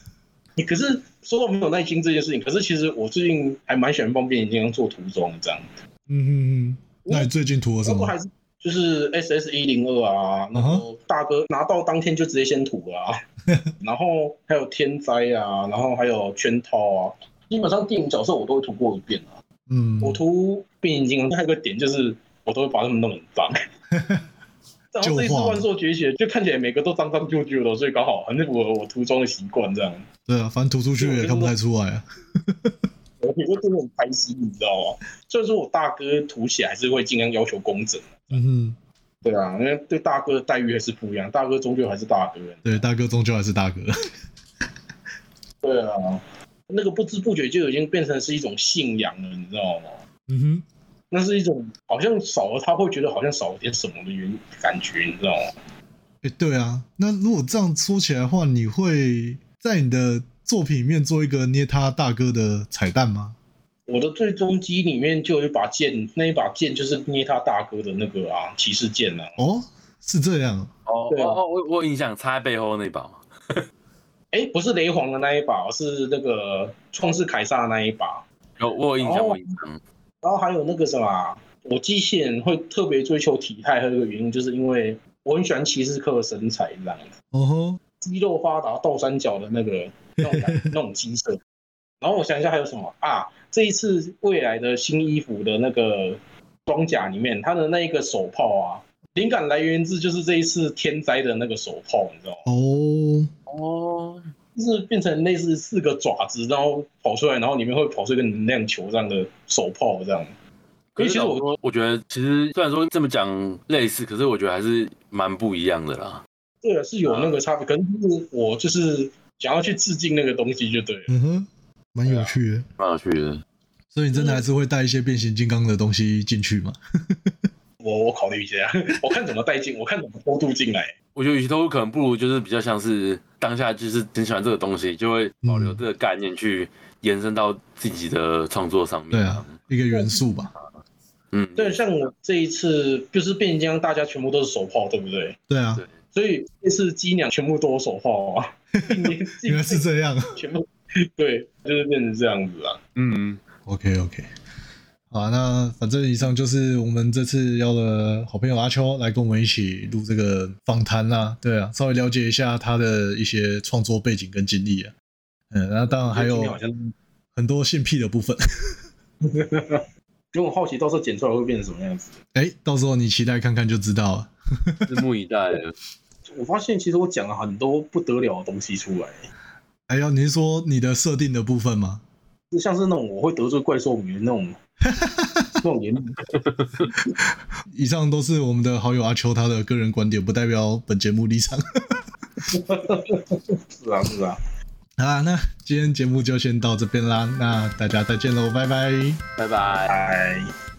[SPEAKER 3] 你可是说到没有耐心这件事情，可是其实我最近还蛮喜欢帮变形金刚做涂装的这样，
[SPEAKER 1] 嗯嗯嗯，那你最近涂了什
[SPEAKER 3] 不过
[SPEAKER 1] 么？嗯
[SPEAKER 3] 还是就是 S S 一零二啊，然后大哥拿到当天就直接先涂 了、啊，然后还有天灾啊，然后还有圈套啊，基本上电影角色我都会涂过一遍啊。
[SPEAKER 1] 嗯，
[SPEAKER 3] 我涂变形金刚，它有个点就是我都会把它们弄得很 脏。然后这一次
[SPEAKER 1] 旧化了
[SPEAKER 3] 万兽崛起，就看起来每个都脏脏旧旧的，所以刚好很符合我涂装的习惯这样。
[SPEAKER 1] 对啊，反正涂出去也看不太出来啊。
[SPEAKER 3] 我就真的很开心，你知道吗？虽然说我大哥涂起来还是会尽量要求工整，
[SPEAKER 1] 嗯哼，
[SPEAKER 3] 对啊，因为对大哥的待遇还是不一样，大哥终究还是大哥。
[SPEAKER 1] 对，大哥终究还是大哥。
[SPEAKER 3] 对啊，那个不知不觉就已经变成是一种信仰了，你知道吗？
[SPEAKER 1] 嗯
[SPEAKER 3] 那是一种好像少了他会觉得好像少了点什么的原感觉，你知道吗？
[SPEAKER 1] 哼，哎，对啊，那如果这样说起来的话，你会在你的作品里面做一个捏他大哥的彩蛋吗？
[SPEAKER 3] 我的最终机里面就有一把剑，那一把剑就是捏他大哥的那个啊骑士剑啊。
[SPEAKER 1] 哦，是这样。
[SPEAKER 2] 哦
[SPEAKER 3] 对啊
[SPEAKER 2] 哦哦，我我有印象插在背后那一把嘛，
[SPEAKER 3] 哎，不是雷皇的那一把，是那个创世凯撒的那一把。
[SPEAKER 2] 有我有印象，
[SPEAKER 3] 哦
[SPEAKER 2] 我有印象。
[SPEAKER 3] 然后还有那个什么，啊我机器人会特别追求体态，还有一个原因就是因为我很喜欢骑士克的身材，这样
[SPEAKER 1] 哦吼，
[SPEAKER 3] 肌肉发达、倒三角的那个那种感那种机车。然后我想一下还有什么啊？这一次未来的新衣服的那个装甲里面，它的那一个手炮啊，灵感来源自就是这一次天灾的那个手炮，你知道吗？
[SPEAKER 1] 哦，
[SPEAKER 2] 哦，
[SPEAKER 3] 就是变成类似四个爪子，然后跑出来，然后里面会跑出一个能量球这样的手炮这样。
[SPEAKER 2] 可
[SPEAKER 3] 因
[SPEAKER 2] 是
[SPEAKER 3] 为其实
[SPEAKER 2] 老实
[SPEAKER 3] 我
[SPEAKER 2] 说我觉得其实虽然说这么讲类似，可是我觉得还是蛮不一样的啦。
[SPEAKER 3] 对啊了是有那个差别，可能就是我就是想要去致敬那个东西就对了。
[SPEAKER 1] 嗯哼，蛮有趣的。
[SPEAKER 2] 蛮有趣的，
[SPEAKER 1] 所以你真的还是会带一些变形金刚的东西进去吗？
[SPEAKER 3] 我我考虑一下， 我看怎么带进，我看怎么偷渡进来。
[SPEAKER 2] 我觉得与其投入，可能不如就是比较像是当下就是很喜欢这个东西，就会保
[SPEAKER 1] 嗯
[SPEAKER 2] 留这个概念去延伸到自己的创作上面。
[SPEAKER 1] 对啊，，一个元素吧。
[SPEAKER 2] 嗯，
[SPEAKER 3] 对，像我这一次就是变形金刚，大家全部都是手炮，对不对？
[SPEAKER 1] 对啊
[SPEAKER 2] 对，
[SPEAKER 3] 所以这次机娘全部都是手炮 啊，
[SPEAKER 1] 原来是这样。
[SPEAKER 3] 全部对，就是变成这样子啊。
[SPEAKER 2] 嗯，
[SPEAKER 1] OK OK，好啊，那反正以上就是我们这次邀的好朋友阿秋来跟我们一起录这个访谈啦。对啊，稍微了解一下他的一些创作背景跟经历啊。嗯，那当然还
[SPEAKER 3] 今
[SPEAKER 1] 有
[SPEAKER 3] 天好像
[SPEAKER 1] 很多性癖的部分。
[SPEAKER 3] 有很好奇，到时候剪出来会变成什么样子。
[SPEAKER 1] 哎、到时候你期待看看就知道了。
[SPEAKER 2] 拭目以待了。
[SPEAKER 3] 我发现其实我讲了很多不得了的东西出来，
[SPEAKER 1] 哎呦，你是说你的设定的部分吗？
[SPEAKER 3] 就像是那种我会得罪怪兽迷的那 种那种言论。
[SPEAKER 1] 以上都是我们的好友阿秋他的个人观点，不代表本节目立场。
[SPEAKER 3] 是啊，是啊，
[SPEAKER 1] 好啦，那今天节目就先到这边啦，那大家再见喽，拜拜。
[SPEAKER 2] 拜拜。
[SPEAKER 3] 哎。